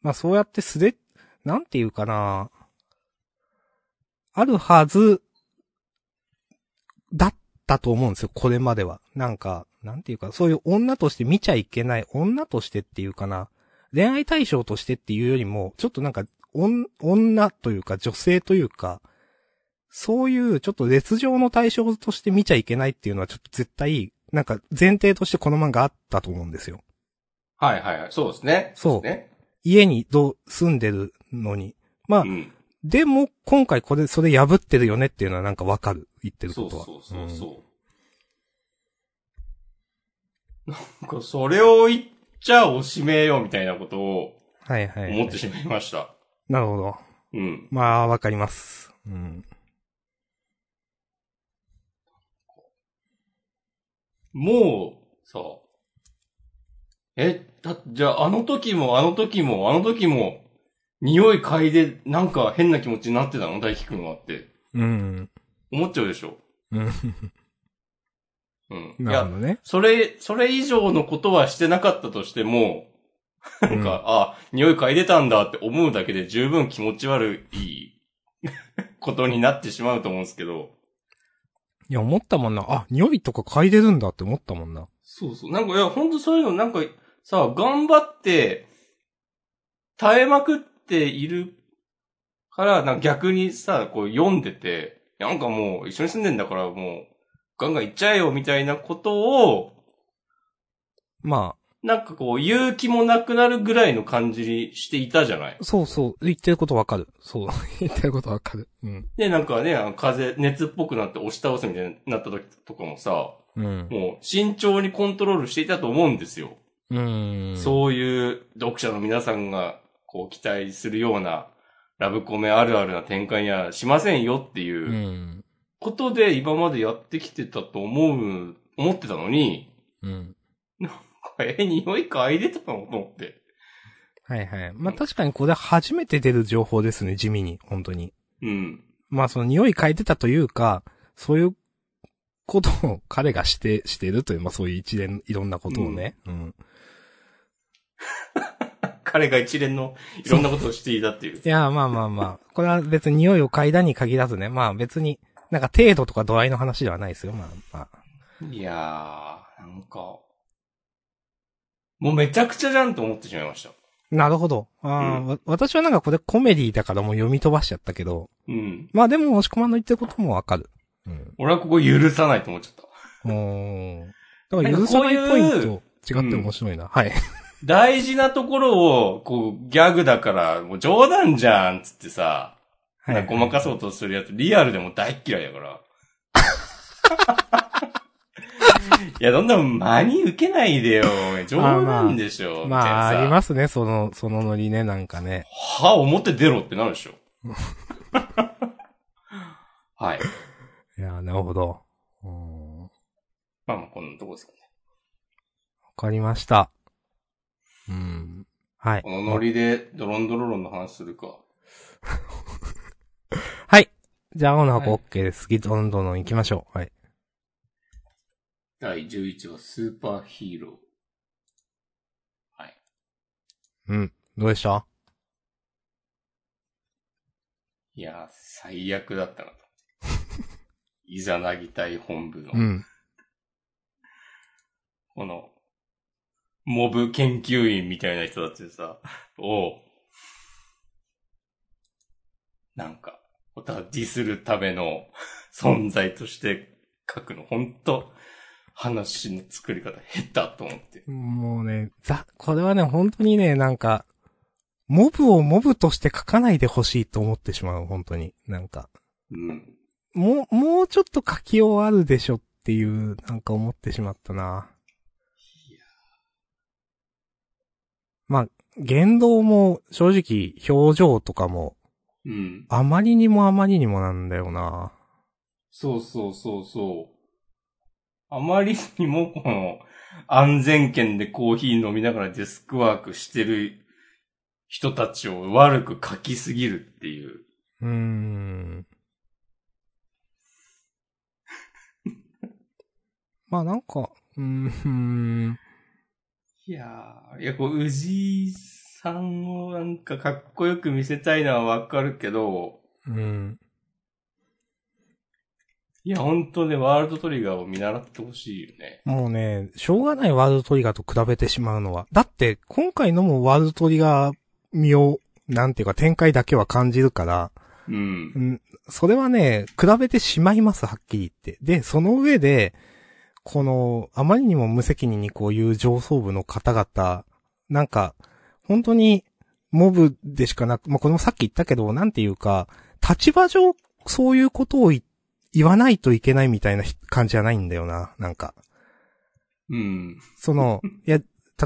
A: まあそうやってすれ、なんていうかな。あるはず、だったと思うんですよ、これまでは。なんか、なんていうか、そういう女として見ちゃいけない、女としてっていうかな、恋愛対象としてっていうよりも、ちょっとなんか、おん女というか、女性というか、そういうちょっと劣情の対象として見ちゃいけないっていうのはちょっと絶対、なんか前提としてこの漫画あったと思うんですよ。
B: はいはいはい。そうですね。
A: そう
B: ですね。
A: 家にどう住んでるのに。まあ、
B: うん。
A: でも今回これ、それ破ってるよねっていうのはなんかわかる、言ってる
B: そ
A: こ
B: う
A: とは。
B: そうそうそう。なんか、それを言っちゃおしめよみたいなことを
A: はいはい、はい。
B: 思ってしまいました。
A: なるほど。
B: うん。
A: まあ、わかります。うん。
B: もう、さ、え、だ、じゃああの時もあの時もあの時も、匂い嗅いでなんか変な気持ちになってたの大輝くんはって。
A: うん。
B: 思っちゃうでしょ。
A: うん。
B: うん。い
A: なる
B: や
A: ほ、どね。
B: それ、それ以上のことはしてなかったとしても、
A: うん
B: なんか、あ、匂い嗅いでたんだって思うだけで十分気持ち悪いことになってしまうと思うんですけど。
A: いや、思ったもんな。あ、匂いとか嗅いでるんだって思ったもんな。
B: そうそう。なんか、いや、ほんとそういうの、なんか、さ、頑張って、耐えまくっているから、なんか逆にさ、こう読んでて、なんかもう一緒に住んでんだからもう、ガンガン行っちゃえよみたいなことを、
A: ま
B: なんかこう、勇気もなくなるぐらいの感じにしていたじゃない
A: あ、。そうそう。言ってることわかる。そう。 言ってることわかる。うん。
B: で、なんかね、あの風、熱っぽくなって押し倒すみたいになった時とかもさ、
A: うん。
B: もう慎重にコントロールしていたと思うんですよ。
A: うん。
B: そういう読者の皆さんが、こう期待するような、ラブコメあるあるな展開にはしませんよって
A: う。
B: いうんことで今までやってきてたと思う、思ってたのに、
A: うん。
B: え、匂い嗅いでたのと思って。
A: はいはい。まあ確かにこれ初めて出る情報ですね、地味に。本当に。
B: うん。
A: まあその匂い嗅いでたというか、そういうことを彼がして、してるという、まあそういう一連、いろんなことをね。うん
B: 彼が一連のいろんなことをしていたっていう
A: い。や、まあまあまあ。これは別に匂いを嗅いだに限らずね。まあ別に、なんか程度とか度合いの話ではないですよ。まあまあ。
B: いやー、なんか、もうめちゃくちゃじゃんと思ってしまいました。
A: なるほど。あー
B: うん
A: わ私はなんかこれコメディだからもう読み飛ばしちゃったけど。
B: うん。
A: まあでも、押し込まんの言ってることもわかる。うん。
B: 俺はここ許さないと思っちゃった。
A: おーだから許さないポイント違って面白いな。はい。
B: 大事なところを、こう、ギャグだから、もう冗談じゃんっつってさ、なんかごまかそうとするやつ、リアルでも大っ嫌い だから。いや、どんなの真に受けないでよ。冗談でしょ。
A: まあ、あり
B: す。
A: ますね、その、そのノリね、なんかね。
B: 歯表出ろってなる でしょ。はい。
A: いやー、なるほど。うんわ
B: まあまあ、こんなとこですかね。
A: かりました。うん。はい。
B: このノリで、ドロンドロロンの話するか。
A: はい。じゃあ、青の箱
B: はい
A: OK です。次、どんどん行きましょう。はい。
B: 第11話、スーパーヒーロー。
A: うん。どうでした
B: いやー、最悪だったなと。いざなぎ隊本部の、
A: うん。
B: この、モブ研究員みたいな人たちでさ、を、なんか、お互いディスるための存在として書くの、ほんと、話の作り方減ったと思って。
A: もうね、ざ、これはね、本当にね、なんか、モブをモブとして書かないでほしいと思ってしまう、本当に。なんか。
B: うん。
A: もう、もうちょっと書き終わるでしょっていう、なんか思ってしまったな。まあ、言動も正直表情とかも
B: うん。
A: あまりにもあまりにもなんだよな。
B: そうそうそうそう。あまりにもこの安全圏でコーヒー飲みながらデスクワークしてる人たちを悪く書きすぎるっていう。
A: うーん。 まあなんか、うーん。
B: いやー、いや、こう、宇治さんをなんかかっこよく見せたいのはわかるけど、
A: うん。
B: いや、ほんとね、ワールドトリガーを見習ってほしいよね。
A: もうね、しょうがないワールドトリガーと比べてしまうのは。だって、今回のもワールドトリガー味を、なんていうか展開だけは感じるから、
B: うん
A: う。ん、それはね、比べてしまいます、はっきり言って。で、その上で、この、あまりにも無責任にこういう上層部の方々、なんか、本当に、モブでしかなく、まあ、これもさっき言ったけど、なんていうか、立場上、そういうことをい言わないといけないみたいなひ感じじゃないんだよな、なんか。
B: うん。
A: その、いや、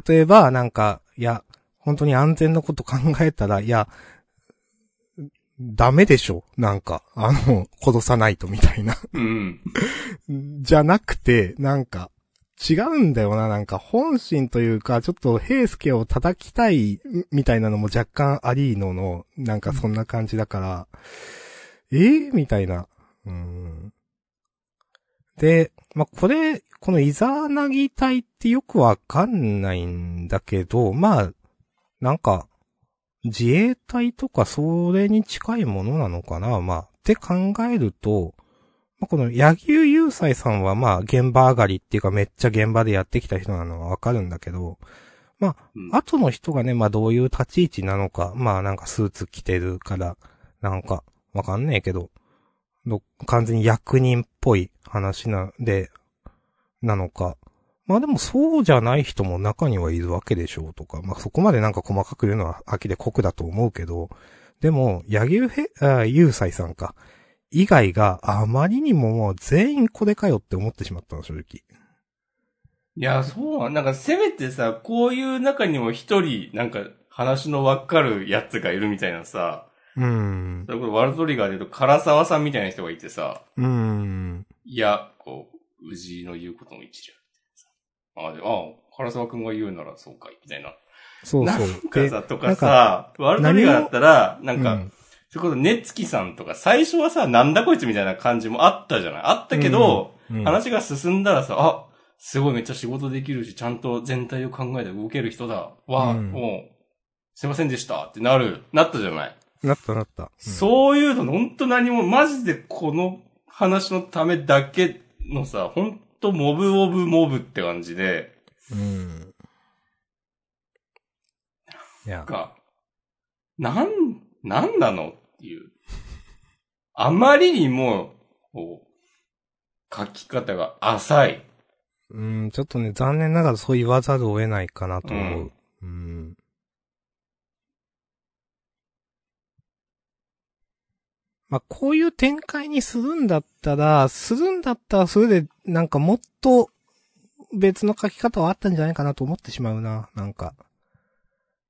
A: 例えば、なんか、いや、本当に安全のこと考えたら、いや、ダメでしょなんか、あの、 殺さないとみたいな。
B: うん。
A: じゃなくて、なんか、違うんだよな、なんか、本心というか、ちょっと、平助を叩きたい、みたいなのも若干ありのの、なんかそんな感じだから、えー、みたいな。うん。で、まあ、これ、このイザナギ隊ってよくわかんないんだけど、まあ、なんか、自衛隊とかそれに近いものなのかな、まあ、って考えると、まあ、この、野球優才さんは、まあ、現場上がりっていうか、めっちゃ現場でやってきた人なのはわかるんだけど、ま
B: うん
A: あ、後の人がね、まあ、どういう立ち位置なのか、まあ、なんかスーツ着てるから、なんか、わかんねえけど、の完全に役人っぽい話な、で、なのか、まあでもそうじゃない人も中にはいるわけでしょうとか、まあそこまでなんか細かく言うのは秋で酷だと思うけど、でも、柳生へ、あ、ゆうさいさんか。以外があまりにももう全員これかよって思ってしまったの、正直。
B: いや、そうなん、なんかせめてさ、こういう中にも一人、なんか話のわかるやつがいるみたいなさ、
A: うーん
B: そ。れこそワールドトリガーで言うと唐沢さんみたいな人がいてさ、
A: うーん。
B: いや、こう、宇治の言うことも一理あるあで、ああ、唐沢くんが言うならそうかい、みたいな。
A: そう
B: な
A: そ
B: ん
A: う。
B: かさ、とかさ、ワールドトリガーだったら、な
A: で
B: んか、
A: うん
B: それこそ、ねつきさんとか、最初はさ、なんだこいつみたいな感じもあったじゃないあったけど、
A: うん
B: 話が進んだらさ、あ、すごいめっちゃ仕事できるし、ちゃんと全体を考えて動ける人だ。わ、
A: うん
B: もう、すいませんでしたってなる、なったじゃない、
A: なったなった。
B: そういうの、ほんと何も、マジでこの話のためだけのさ、ほんとモブオブモブって感じで、
A: うん。うん。いや、
B: か、なん、なんなのっていう。あまりにも、こう、書き方が浅い。
A: うん、ちょっとね、残念ながらそう言わざるを得ないかなと思う。うん。まあ、こういう展開にするんだったら、するんだったらそれで、なんかもっと別の書き方はあったんじゃないかなと思ってしまうな、なんか。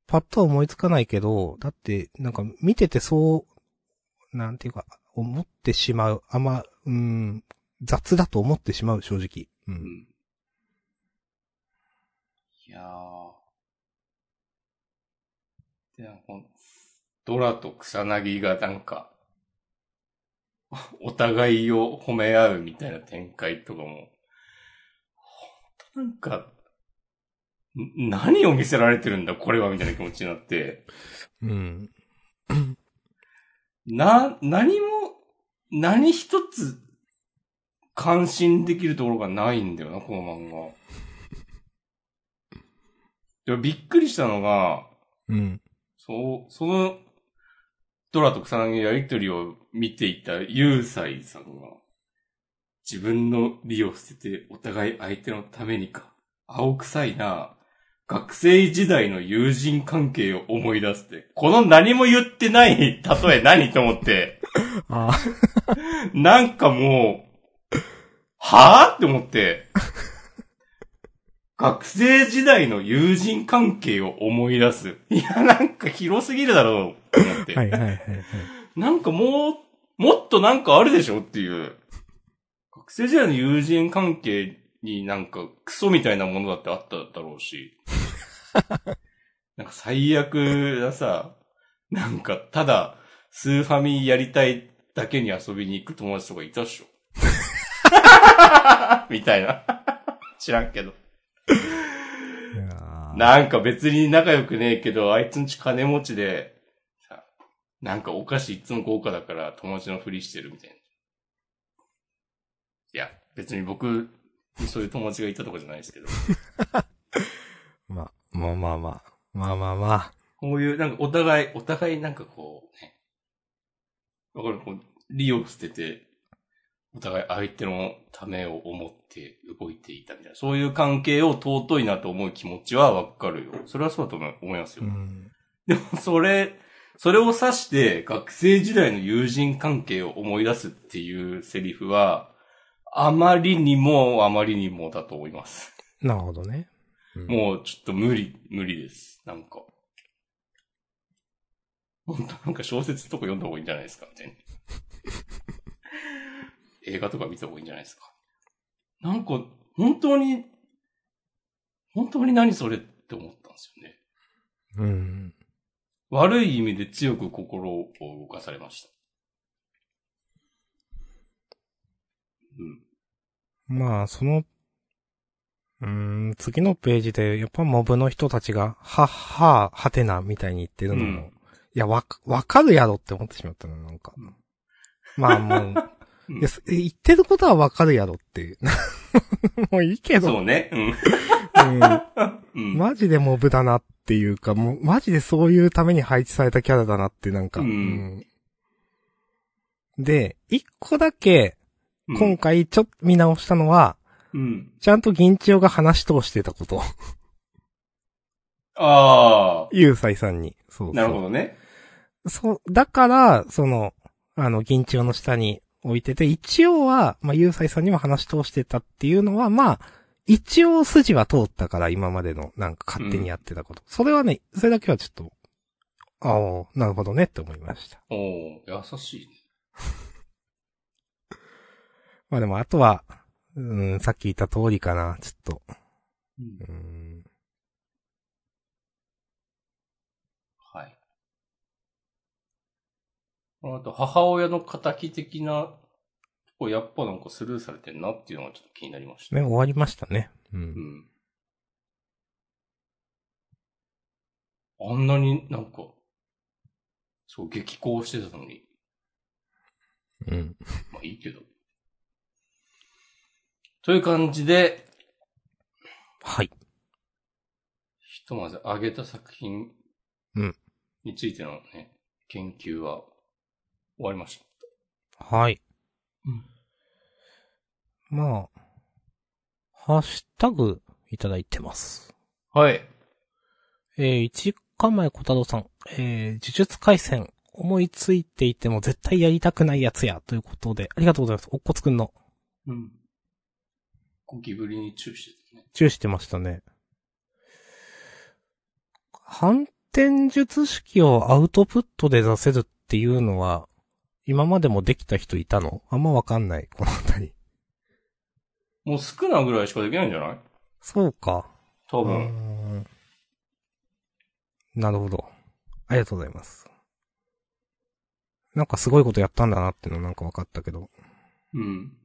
A: パッとは思いつかないけど、だって、なんか見ててそう、なんていうか、思ってしまう。あんま、うん、雑だと思ってしまう、正直。う。
B: うんん。いやー。で、この、ドラと草薙がなんか、お互いを褒め合うみたいな展開とかも、ほんとなんか、ん何を見せられてるんだ、これは、みたいな気持ちになって。
A: うん。
B: な、何も、何一つ、感心できるところがないんだよな、この漫画。でもびっくりしたのが、
A: うん。
B: そう、その、ドラと草薙のやりとりを見ていたユーサイさんが、自分の利を捨ててお互い相手のためにか、青臭いな学生時代の友人関係を思い出すって、この何も言ってない例え何と思って、
A: ああ、
B: なんかもう、はぁって思って、学生時代の友人関係を思い出す。いや、なんか広すぎるだろう、と思って。
A: はいはいはいはい。
B: なんかもう、もっとなんかあるでしょっていう。学生時代の友人関係になんかクソみたいなものだってあっただろうし。なんか最悪ださ、なんかただ、スーファミやりたいだけに遊びに行く友達とかいたっしょ。みたいな。知らんけど。
A: いやー
B: なんか別に仲良くねえけど、あいつんち金持ちで、さなんかお菓子いつも豪華だから友達のふりしてるみたいな。いや、別に僕、そういう友達がいたとかじゃないですけど。
A: まあ、まあまあまあ。まあまあまあ。
B: こういう、なんかお互い、お互いなんかこう、ね。わかるこう、利を捨てて、お互い相手のためを思って動いていたみたいな。そういう関係を尊いなと思う気持ちはわかるよ。それはそうだと思い思いますよ。
A: うん。
B: でも、 それ、それを指して、学生時代の友人関係を思い出すっていうセリフは、あまりにも、あまりにもだと思います。
A: なるほどね。うん
B: もう、ちょっと無理、無理です。なんか。本当なんか小説とか読んだ方がいいんじゃないですか、みたいな。映画とか見た方がいいんじゃないですか。なんか、本当に、本当に何それって思ったんですよね。
A: うん。
B: 悪い意味で強く心を動かされました。うん。
A: まあ、その、うーん、次のページで、やっぱモブの人たちが、はっはー、はてな、みたいに言ってるのも、
B: うん
A: いや、わか、わかるやろって思ってしまったの、なんか。
B: うん
A: まあもう、
B: うん
A: いやす言ってることはわかるやろっていう。 もういいけど、
B: そうね。
A: うん、
B: うん。 うん。
A: マジでモブだなっていうか、もう、マジでそういうために配置されたキャラだなって、なんか。
B: うん
A: うんで、一個だけ、
B: うん
A: 今回ちょっと見直したのは、
B: うん。
A: ちゃんと銀千代が話し通してたこと。
B: あ
A: ゆうさいさんに。そうそ
B: あ。
A: う。
B: なるほどね。
A: そう、だから、その、あの、銀千代の下に置いてて、一応は、まあ、ゆうさいさんにも話し通してたっていうのは、まあ、一応筋は通ったから、今までの、なんか勝手にやってたこと。それはね、それだけはちょっと、ああ、なるほどねって思いました。
B: おお優しいね。
A: まあでも、あとは、うん、さっき言った通りかな、ちょっと。
B: うん
A: うん、
B: はい。あと、母親の仇的な、こうやっぱなんかスルーされてんなっていうのがちょっと気になりました。
A: ね、終わりましたね。うん
B: うん。あんなになんか、そう、激高してたのに。
A: うん。
B: まあいいけど。という感じで、
A: はい。
B: ひとまず上げた作品
A: うん
B: についてのね、研究は終わりました。
A: はい。
B: うん
A: まあ、ハッシュタグいただいてます。
B: はい。
A: えー、1時間前小太郎さん、えー、呪術回戦、思いついていても絶対やりたくないやつや、ということで、ありがとうございます。おっこつくんの、
B: うん。ゴキブリに注意してたね。
A: チューしてましたね。反転術式をアウトプットで出せるっていうのは、今までもできた人いたのあんまわかんない、このあたり。
B: もう少なぐらいしかできないんじゃない
A: そうか。
B: 多分。
A: うんなるほど。ありがとうございます。なんかすごいことやったんだなっていうのなんか分かったけど。
B: うん。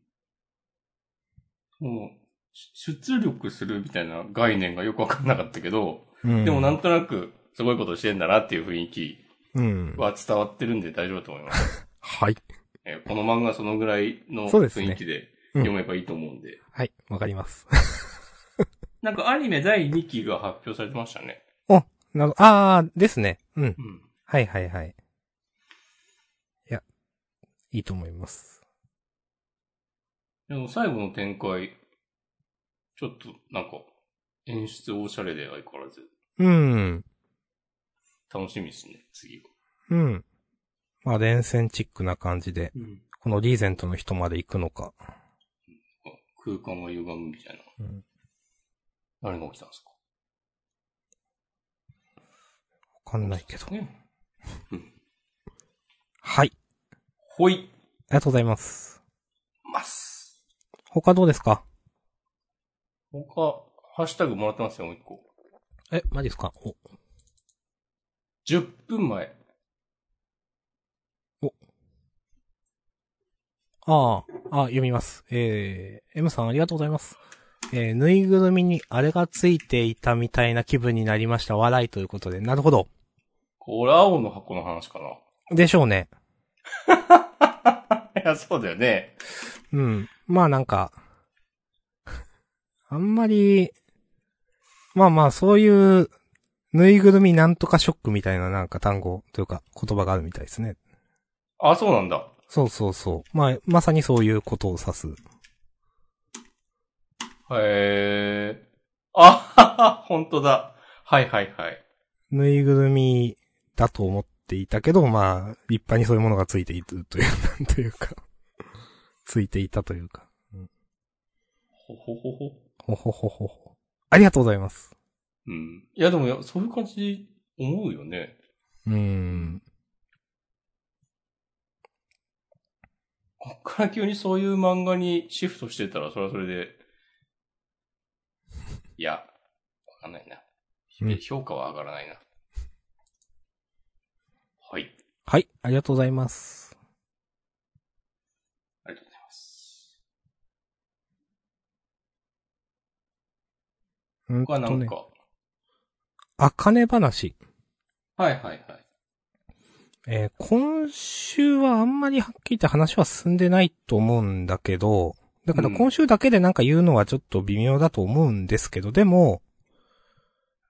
B: もう、し出力するみたいな概念がよくわかんなかったけど、
A: うん
B: でもなんとなくすごいことしてんだなっていう雰囲気
A: うん。
B: は伝わってるんで大丈夫だと思い ます。
A: はい。
B: えーこの漫画そのぐらいの
A: そうですね
B: 雰囲気で
A: うん
B: 読めばいいと思うんで。
A: はい、わかります。
B: なんかアニメ第2期が発表されてましたね。
A: なるあー、ですね。うん。
B: うん。
A: はいはいはい。いや、いいと思います。
B: でも最後の展開、ちょっとなんか演出オシャレで相変わらず
A: うん。
B: 楽しみですね、次が。
A: うん。まあ、連戦チックな感じで、
B: うん。
A: このリーゼントの人まで行くのか。
B: 空間が歪むみたいな。
A: うん
B: 何が起きたんですか
A: わかんないけど。
B: ね。
A: はい。
B: ほい
A: ありがとうございます。
B: ます。
A: 他どうですか
B: 他、ハッシュタグもらってますよ、もう一個。
A: え、マジですかお、
B: 10分前。
A: ああ、あ、読みます。えー、M さんありがとうございます。えー、ぬいぐるみにあれがついていたみたいな気分になりました。笑いということで。なるほど。
B: これ青の箱の話か
A: でしょうね。
B: な。いや、そうだよね。
A: うん。まあなんか、あんまり、まあまあそういう、ぬいぐるみなんとかショックみたいななんか単語というか言葉があるみたいですね。
B: あ、そうなんだ。
A: そうそうそう。まあ、まさにそういうことを指す。
B: へえ。あはは、本当だ。はいはいはい。
A: ぬいぐるみだと思っていたけど、まあ、立派にそういうものがついているという、 なんというか、ついていたというか。
B: ほほほほ。
A: ほほほほほ。ありがとうございます。
B: うん。いや、でもや、そういう感じ、思うよね。
A: うーん。
B: こっから急にそういう漫画にシフトしてたら、それはそれで、いや、わかんないな。
A: うん
B: 評価は上がらないな。はい。
A: はい、ありがとうございます。
B: ありがとうございます。
A: うん
B: 僕はなん
A: ね
B: か、、
A: あかね話。
B: はいはいはい。
A: えー今週はあんまりはっきりと話は進んでないと思うんだけど、だから
B: うん
A: 今週だけでなんか言うのはちょっと微妙だと思うんですけど、でも、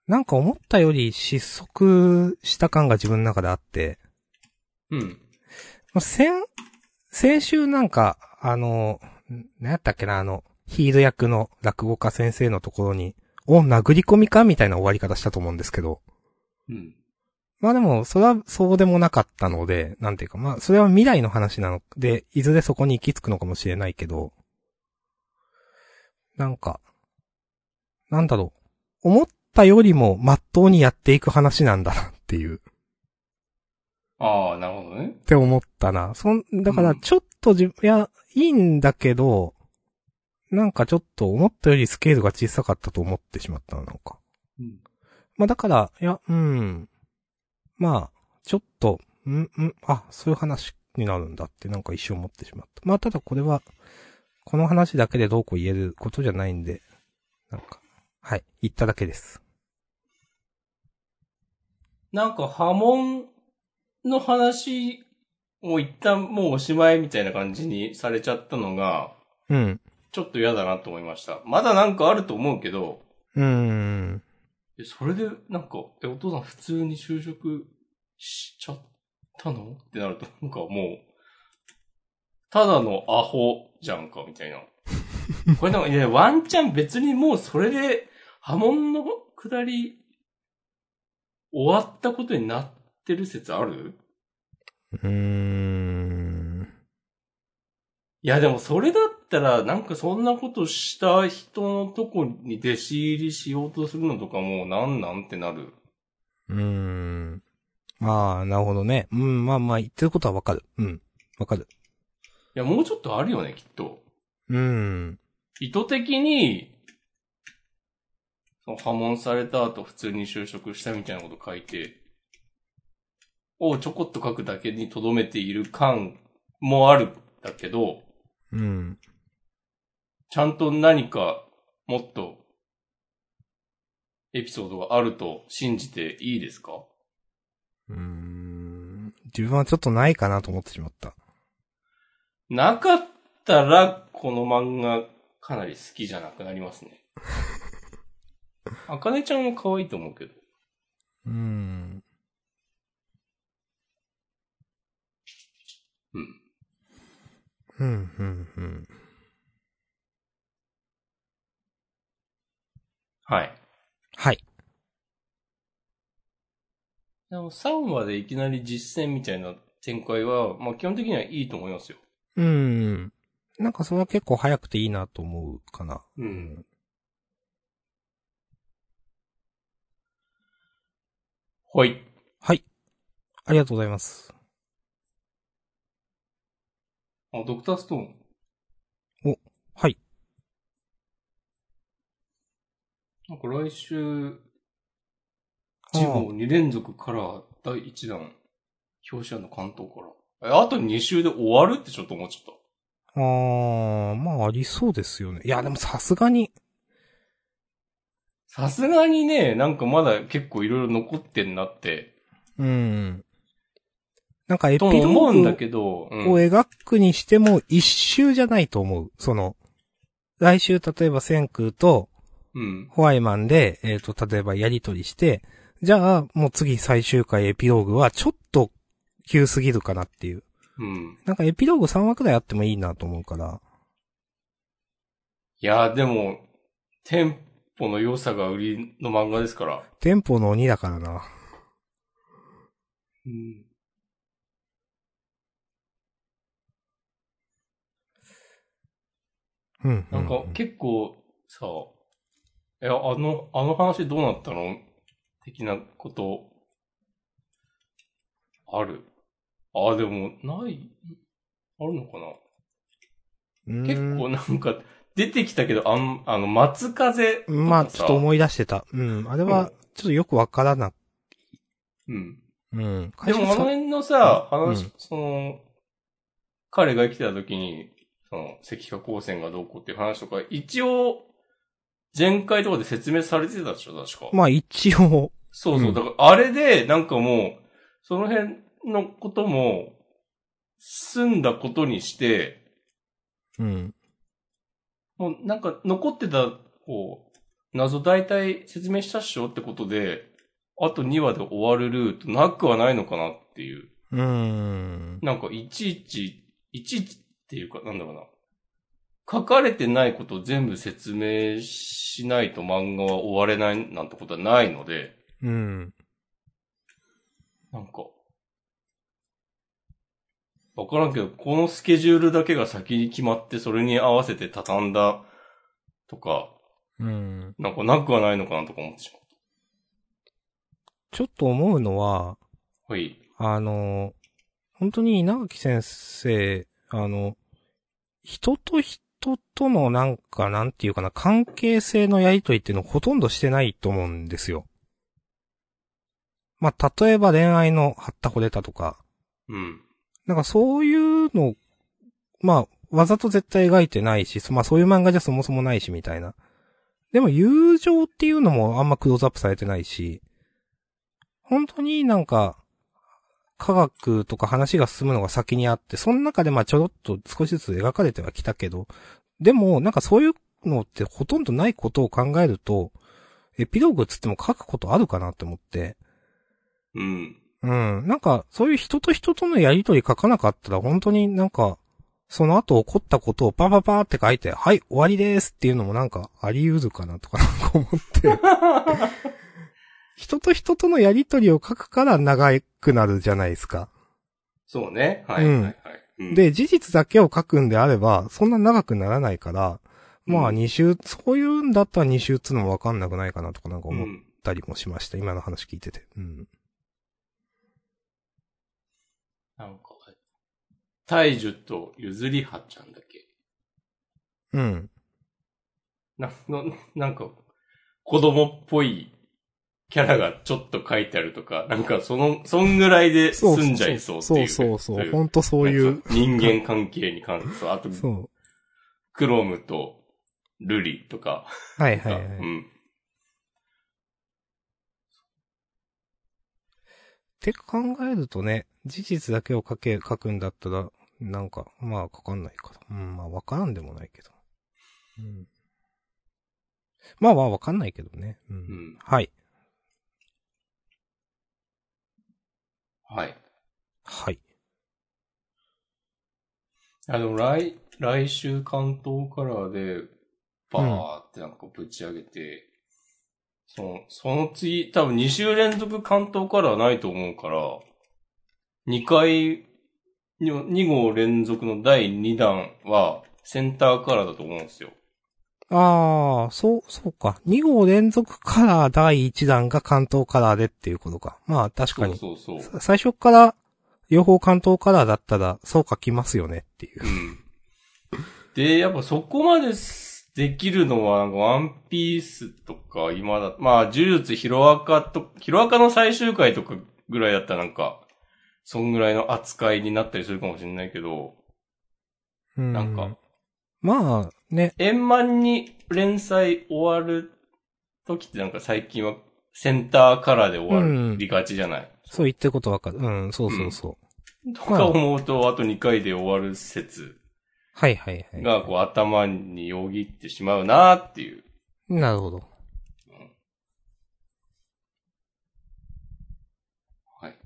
A: なんか思ったより失速した感が自分の中であって、
B: うん。
A: まあ先、先週なんか、あの、ん何やったっけな、あの、ヒール役の落語家先生のところに、お、殴り込みかみたいな終わり方したと思うんですけど、
B: うん。
A: まあでも、それはそうでもなかったので、なんていうか、まあ、それは未来の話なので、いずれそこに行き着くのかもしれないけど、なんか、なんだろう、思ったよりも真っ当にやっていく話なんだなっていう、
B: ああ、なるほどね
A: っ。て思ったな。そん、だか
B: う
A: ら
B: ん
A: ちょっと自分、いや、いいんだけど、なんかちょっと思ったよりスケールが小さかったと思ってしまったな、なんか。
B: うん。
A: まあだから、いや、うん。まあ、ちょっと、うん、うん、あ、そういう話になるんだってなんか一瞬思ってしまった。まあただこれは、この話だけでどうこう言えることじゃないんで、なんか、はい、言っただけです。
B: なんか波紋の話を一旦もうおしまいみたいな感じにされちゃったのが、
A: うん。
B: ちょっと嫌だなと思いました。まだなんかあると思うけど、
A: うーん。
B: え、それで、なんか、え、お父さん普通に就職しちゃったのってなると、なんかもう、ただのアホじゃんか、みたいな。これでも、いや、ワンチャン別にもうそれで、波紋の下り、終わったことになってる説ある
A: うーん。
B: いや、でもそれだったら、なんかそんなことした人のとこに弟子入りしようとするのとかもうなんなんってなる。
A: うーん。まあ、なるほどね。うん、まあまあ、言ってることはわかる。うん。わかる。
B: いや、もうちょっとあるよね、きっと。
A: うん。
B: 意図的に、その破門された後普通に就職したみたいなこと書いて、をちょこっと書くだけに留めている感もあるんだけど、
A: うん。
B: ちゃんと何かもっとエピソードがあると信じていいですか
A: うーん。自分はちょっとないかなと思ってしまった。
B: なかったら、この漫画、かなり好きじゃなくなります ね。あかねちゃんも可愛いと思うけど。
A: うーん。
B: うん。
A: うん、うん、うん。
B: はい。
A: はい。
B: でも3話でいきなり実践みたいな展開は、まあ基本的にはいいと思いますよ。
A: うーん。なんかそれは結構早くていいなと思うかな。
B: う。。
A: うん
B: ほい。
A: はい。ありがとうございます。
B: あ、ドクターストーン。
A: はい。
B: なんか来週、ジ号2連続カラー第1弾、表紙の関東から。え、あと2週で終わるってちょっと思っちゃっ
A: あー、まあありそうですよね。いや、でもさすがに、
B: た。さすがにね、なんかまだ結構いろいろ残ってんなって、
A: うん。なんかエピ
B: と
A: ロ
B: も思うんだ
A: ー
B: けど、う
A: グを
B: ん。
A: 描くにしても一周じゃないと思う。その、来週例えば千空と
B: うん。
A: ホワイマンで、えっ、と、例えばやりとりして、じゃあもう次最終回エピローグはちょっと急すぎるかなっていう。
B: うん。
A: なんかエピローグ3話くらいあってもいいなと思うから。
B: いやーでも、テンポの良さが売りの漫画ですから。
A: テンポの鬼だからな。
B: うん。
A: うん。
B: なん
A: う
B: か
A: う
B: 結構さ、いや、あの、あの話どうなったの的なこと、ある。あ、でも、ない、あるのかな
A: うん
B: 結構なんか、出てきたけど、あん、あの、松風とかさ。
A: まあ、ちょっと思い出してた。うん。あれ
B: うん
A: は、ちょっとよくわからな。
B: うん。
A: うん。
B: でもあの
A: さ
B: 辺のさ、
A: うん
B: 話、
A: うん
B: その、彼が生きてた時に、その、石化光線がどうこうっていう話とか、一応、前回とかで説明されてたでしょ、確か。
A: まあ、一応、
B: そうそう。
A: うん
B: だから、あれで、なんかもう、その辺のことも、済んだことにして、
A: うん。
B: もうなんか残ってた、こう、謎大体説明したっしょってことで、あと2話で終わるルートなくはないのかなっていう。
A: うーん。
B: なんか、いちいち、いちいちっていうか、なんだろうな。書かれてないことを全部説明しないと漫画は終われないなんてことはないので、
A: うん。
B: なんか。わからんけど、このスケジュールだけが先に決まって、それに合わせて畳んだとか、
A: うん。
B: なんかなくはないのかなとか思ってしま
A: ちょっと思うのは、
B: う。はい。
A: あの、本当に稲垣先生、あの、人と人とのなんか、なんていうかな、関係性のやりとりっていうのをほとんどしてないと思うんですよ。まあ、例えば恋愛のはったこれたとか、
B: うん。
A: なんかそういうの、まあ、わざと絶対描いてないし、そまあそういう漫画じゃそもそもないしみたいな。でも友情っていうのもあんまクローズアップされてないし、本当になんか、科学とか話が進むのが先にあって、その中でまあちょろっと少しずつ描かれてはきたけど、でもなんかそういうのってほとんどないことを考えると、エピローグつっても書くことあるかなって思って。
B: うん。
A: うん。なんか、そういう人と人とのやりとり書かなかったら、本当になんか、その後起こったことをパパパーって書いて、はい、終わりですっていうのもなんかあり得るかなとかなんか思って。人と人とのやりとりを書くから長くなるじゃないですか。
B: そうね。はい。
A: うん
B: はいはいうん、
A: で、事実だけを書くんであれば、そんな長くならないから、まあ
B: うん
A: 2週、そういうんだったら2週っつうのもわかんなくないかなとかなんか
B: う
A: 思っ
B: ん。
A: たりもしました。今の話聞いてて。うん。
B: なんか、大樹とゆずりはちゃんだっけ
A: うん。
B: な、な、なんか、子供っぽいキャラがちょっと書いてあるとか、なんかその、そんぐらいで済んじゃいそうっていうね。
A: そうそうそう。
B: う
A: ほんとそういう。。
B: 人間関係に関 して、あと、
A: そう。
B: クロムとルリとか。
A: はいはいはい。
B: うん。
A: って考えるとね、事実だけを書け、書くんだったら、なんか、まあ書かんないから。うん、まあわからんでもないけど。うん。まあまあわかんないけどね。うん。
B: うん
A: はい。
B: はい。
A: はい。
B: あの、来、来週関東カラーで、バーってなんかぶち上げて、その、その次、多分2週連続関東カラーないと思うから、2回、2号連続の第2弾は、センターカラーだと思うんですよ。
A: ああ、そう、そうか。2号連続カラー第1弾が関東カラーでっていうことか。まあ確か
B: そう
A: に。
B: そうそう。
A: さ最初から、両方関東カラーだったら、そう書きますよねっていう
B: う。ん。で、やっぱそこまですできるのは、なんかワンピースとか、今だ、まあ、呪術ヒロアカと、ヒロアカの最終回とかぐらいだったらなんか、そんぐらいの扱いになったりするかもしれないけど、
A: う
B: なんか、
A: まあ、ね。
B: 円満に連載終わる時ってなんか最近はセンターカラーで終わりがちじゃない、
A: そう言ってることわかる。うん、そうそうそう。
B: とか思うと、あと2回で終わる説
A: はいはいはい。
B: が、こう頭によぎってしまうなっていう。
A: なるほど。
B: はい。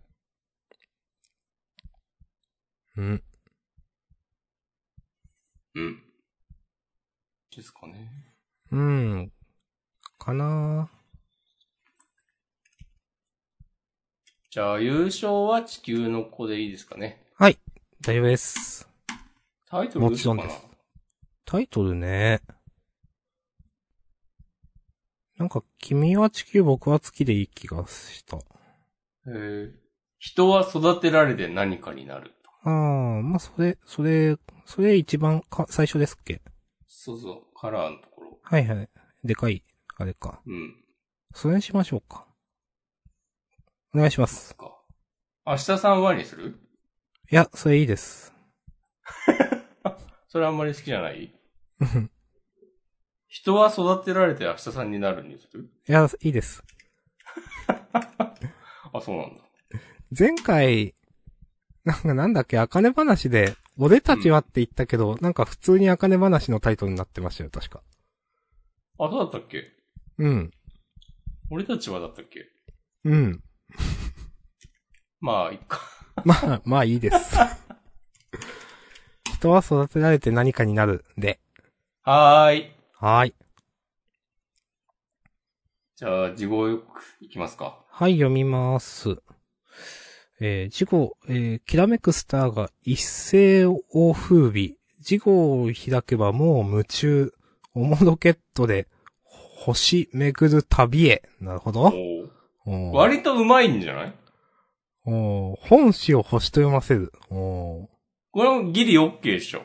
A: うん。
B: うん。ですかね。
A: うん。かな
B: じゃあ、優勝は地球の子でいいですかね。
A: ぁはい。大丈夫です。
B: タイトルどうしようか
A: も
B: な
A: ちろんタイトルね。なんか、君は地球、僕は月でいい気がした。
B: えー人は育てられて何かになる。
A: あー、まあ、それ、それ、それ一番か、最初ですっけ
B: そうそう、カラーのところ。
A: はいはい。でかい、あれか。
B: うん。
A: それにしましょうか。お願いしま
B: そ
A: す。
B: っか。明日さんはにする
A: いや、それいい です。
B: それあんまり好きじゃない
A: うん
B: 人は育てられて明日さんになるにする
A: いや、いいです。
B: あ、そうなんだ。
A: 前回、なんかなんだっけ、あかね話で、俺たちはって言ったけど、なんか普通にあかね話のタイトルになってましたよ、確か。
B: あ、そうだったっけ
A: うん。
B: 俺たちはだったっけ
A: うん。
B: まあ、いっか。
A: ま あ、まあいいです。人は育てられて何かになる。で。
B: はーい。
A: はーい。
B: じゃあ、地獄よくいきますか。
A: はい、読みます。えー、事後、えー、きらめくスターが一世を風靡。事後を開けばもう夢中。おもロケットで、星巡る旅へ。なるほ
B: お
A: ど。
B: ー
A: おー
B: 割とうまいんじゃない
A: おー本誌を星と読ませる。お
B: これもギリオッケーでしょ。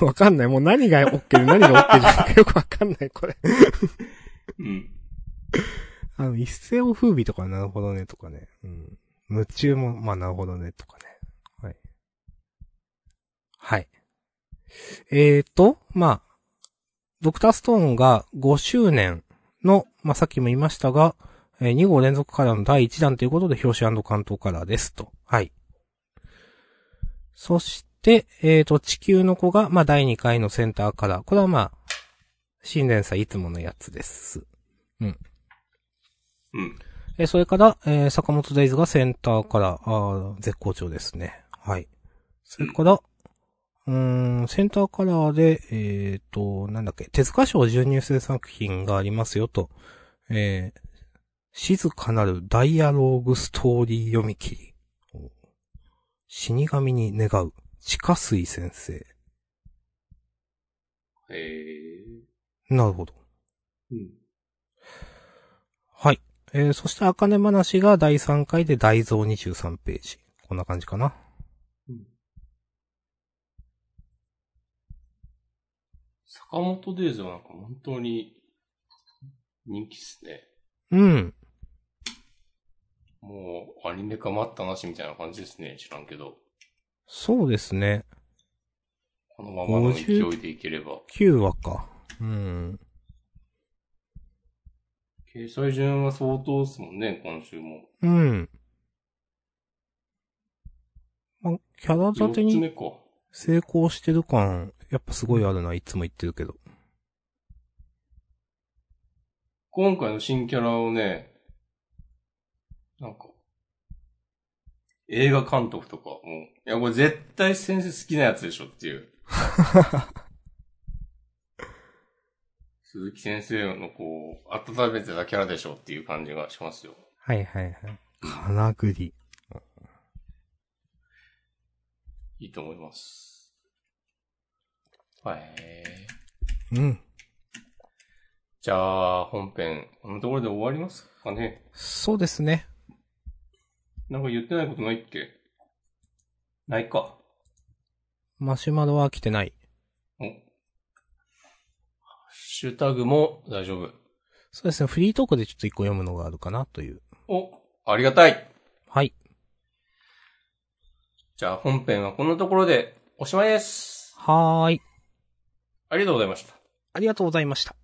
A: ー わかんない。もう何が OK で何が OK じゃなくよくわかんない、これ。
B: うん。
A: あの、一世を風靡とかなるほどね、とかね。うん。夢中も、まあなるほどね、とかね。はい。はい。えーと、まあ、ドクターストーンが5周年の、まあさっきも言いましたが、え2号連続カラーの第1弾ということで、表紙関東カラーですと。はい。そして、えーと、地球の子が、まあ第2回のセンターカラー。これはまあ、新連載いつものやつです。うん。
B: うん。
A: えーそれから、えー坂本デイズがセンターから、あー絶好調ですね。はい。それから、うーん、センターカラーで、えっ、と、なんだっけ、手塚賞準入制作品がありますよと、えー静かなるダイアローグストーリー読み切り。お死神に願う、地下水先生。
B: へえ。
A: なるほど。
B: うん。
A: はい。えーそして、あかね話が第3回で大蔵23ページ。こんな感じかな。
B: 坂本デイズはなんか本当に人気っすね。
A: うん。
B: もうアニメ化待ったなしみたいな感じですね。知らんけど。
A: そうですね。
B: このままの勢いでいければ。
A: 9話か。うん。
B: 掲載順は相当っすもんね、今週も。
A: うん。まあ、キャラ立て
B: 4つ
A: に
B: 目か。
A: 成功してる感、やっぱすごいあるな、いつも言ってるけど。
B: 今回の新キャラをね、なんか、映画監督とか、もう、いや、これ絶対先生好きなやつでしょって いう。鈴木先生のこう、温めてたキャラでしょっていう感じがしますよ。
A: はいはいはい。金栗。
B: いいと思います。はい。
A: うん。
B: じゃあ、本編、このところで終わりますかね。
A: そうですね。
B: なんか言ってないことないっけないか。
A: マシュマロは来てない。
B: お。ハッシュタグも大丈夫。
A: そうですね。フリートークでちょっと一個読むのがあるかなという。
B: お、ありがたい。
A: はい。
B: じゃあ本編はこんなところでおしまいです。
A: はーい。
B: ありがとうございました。
A: ありがとうございました。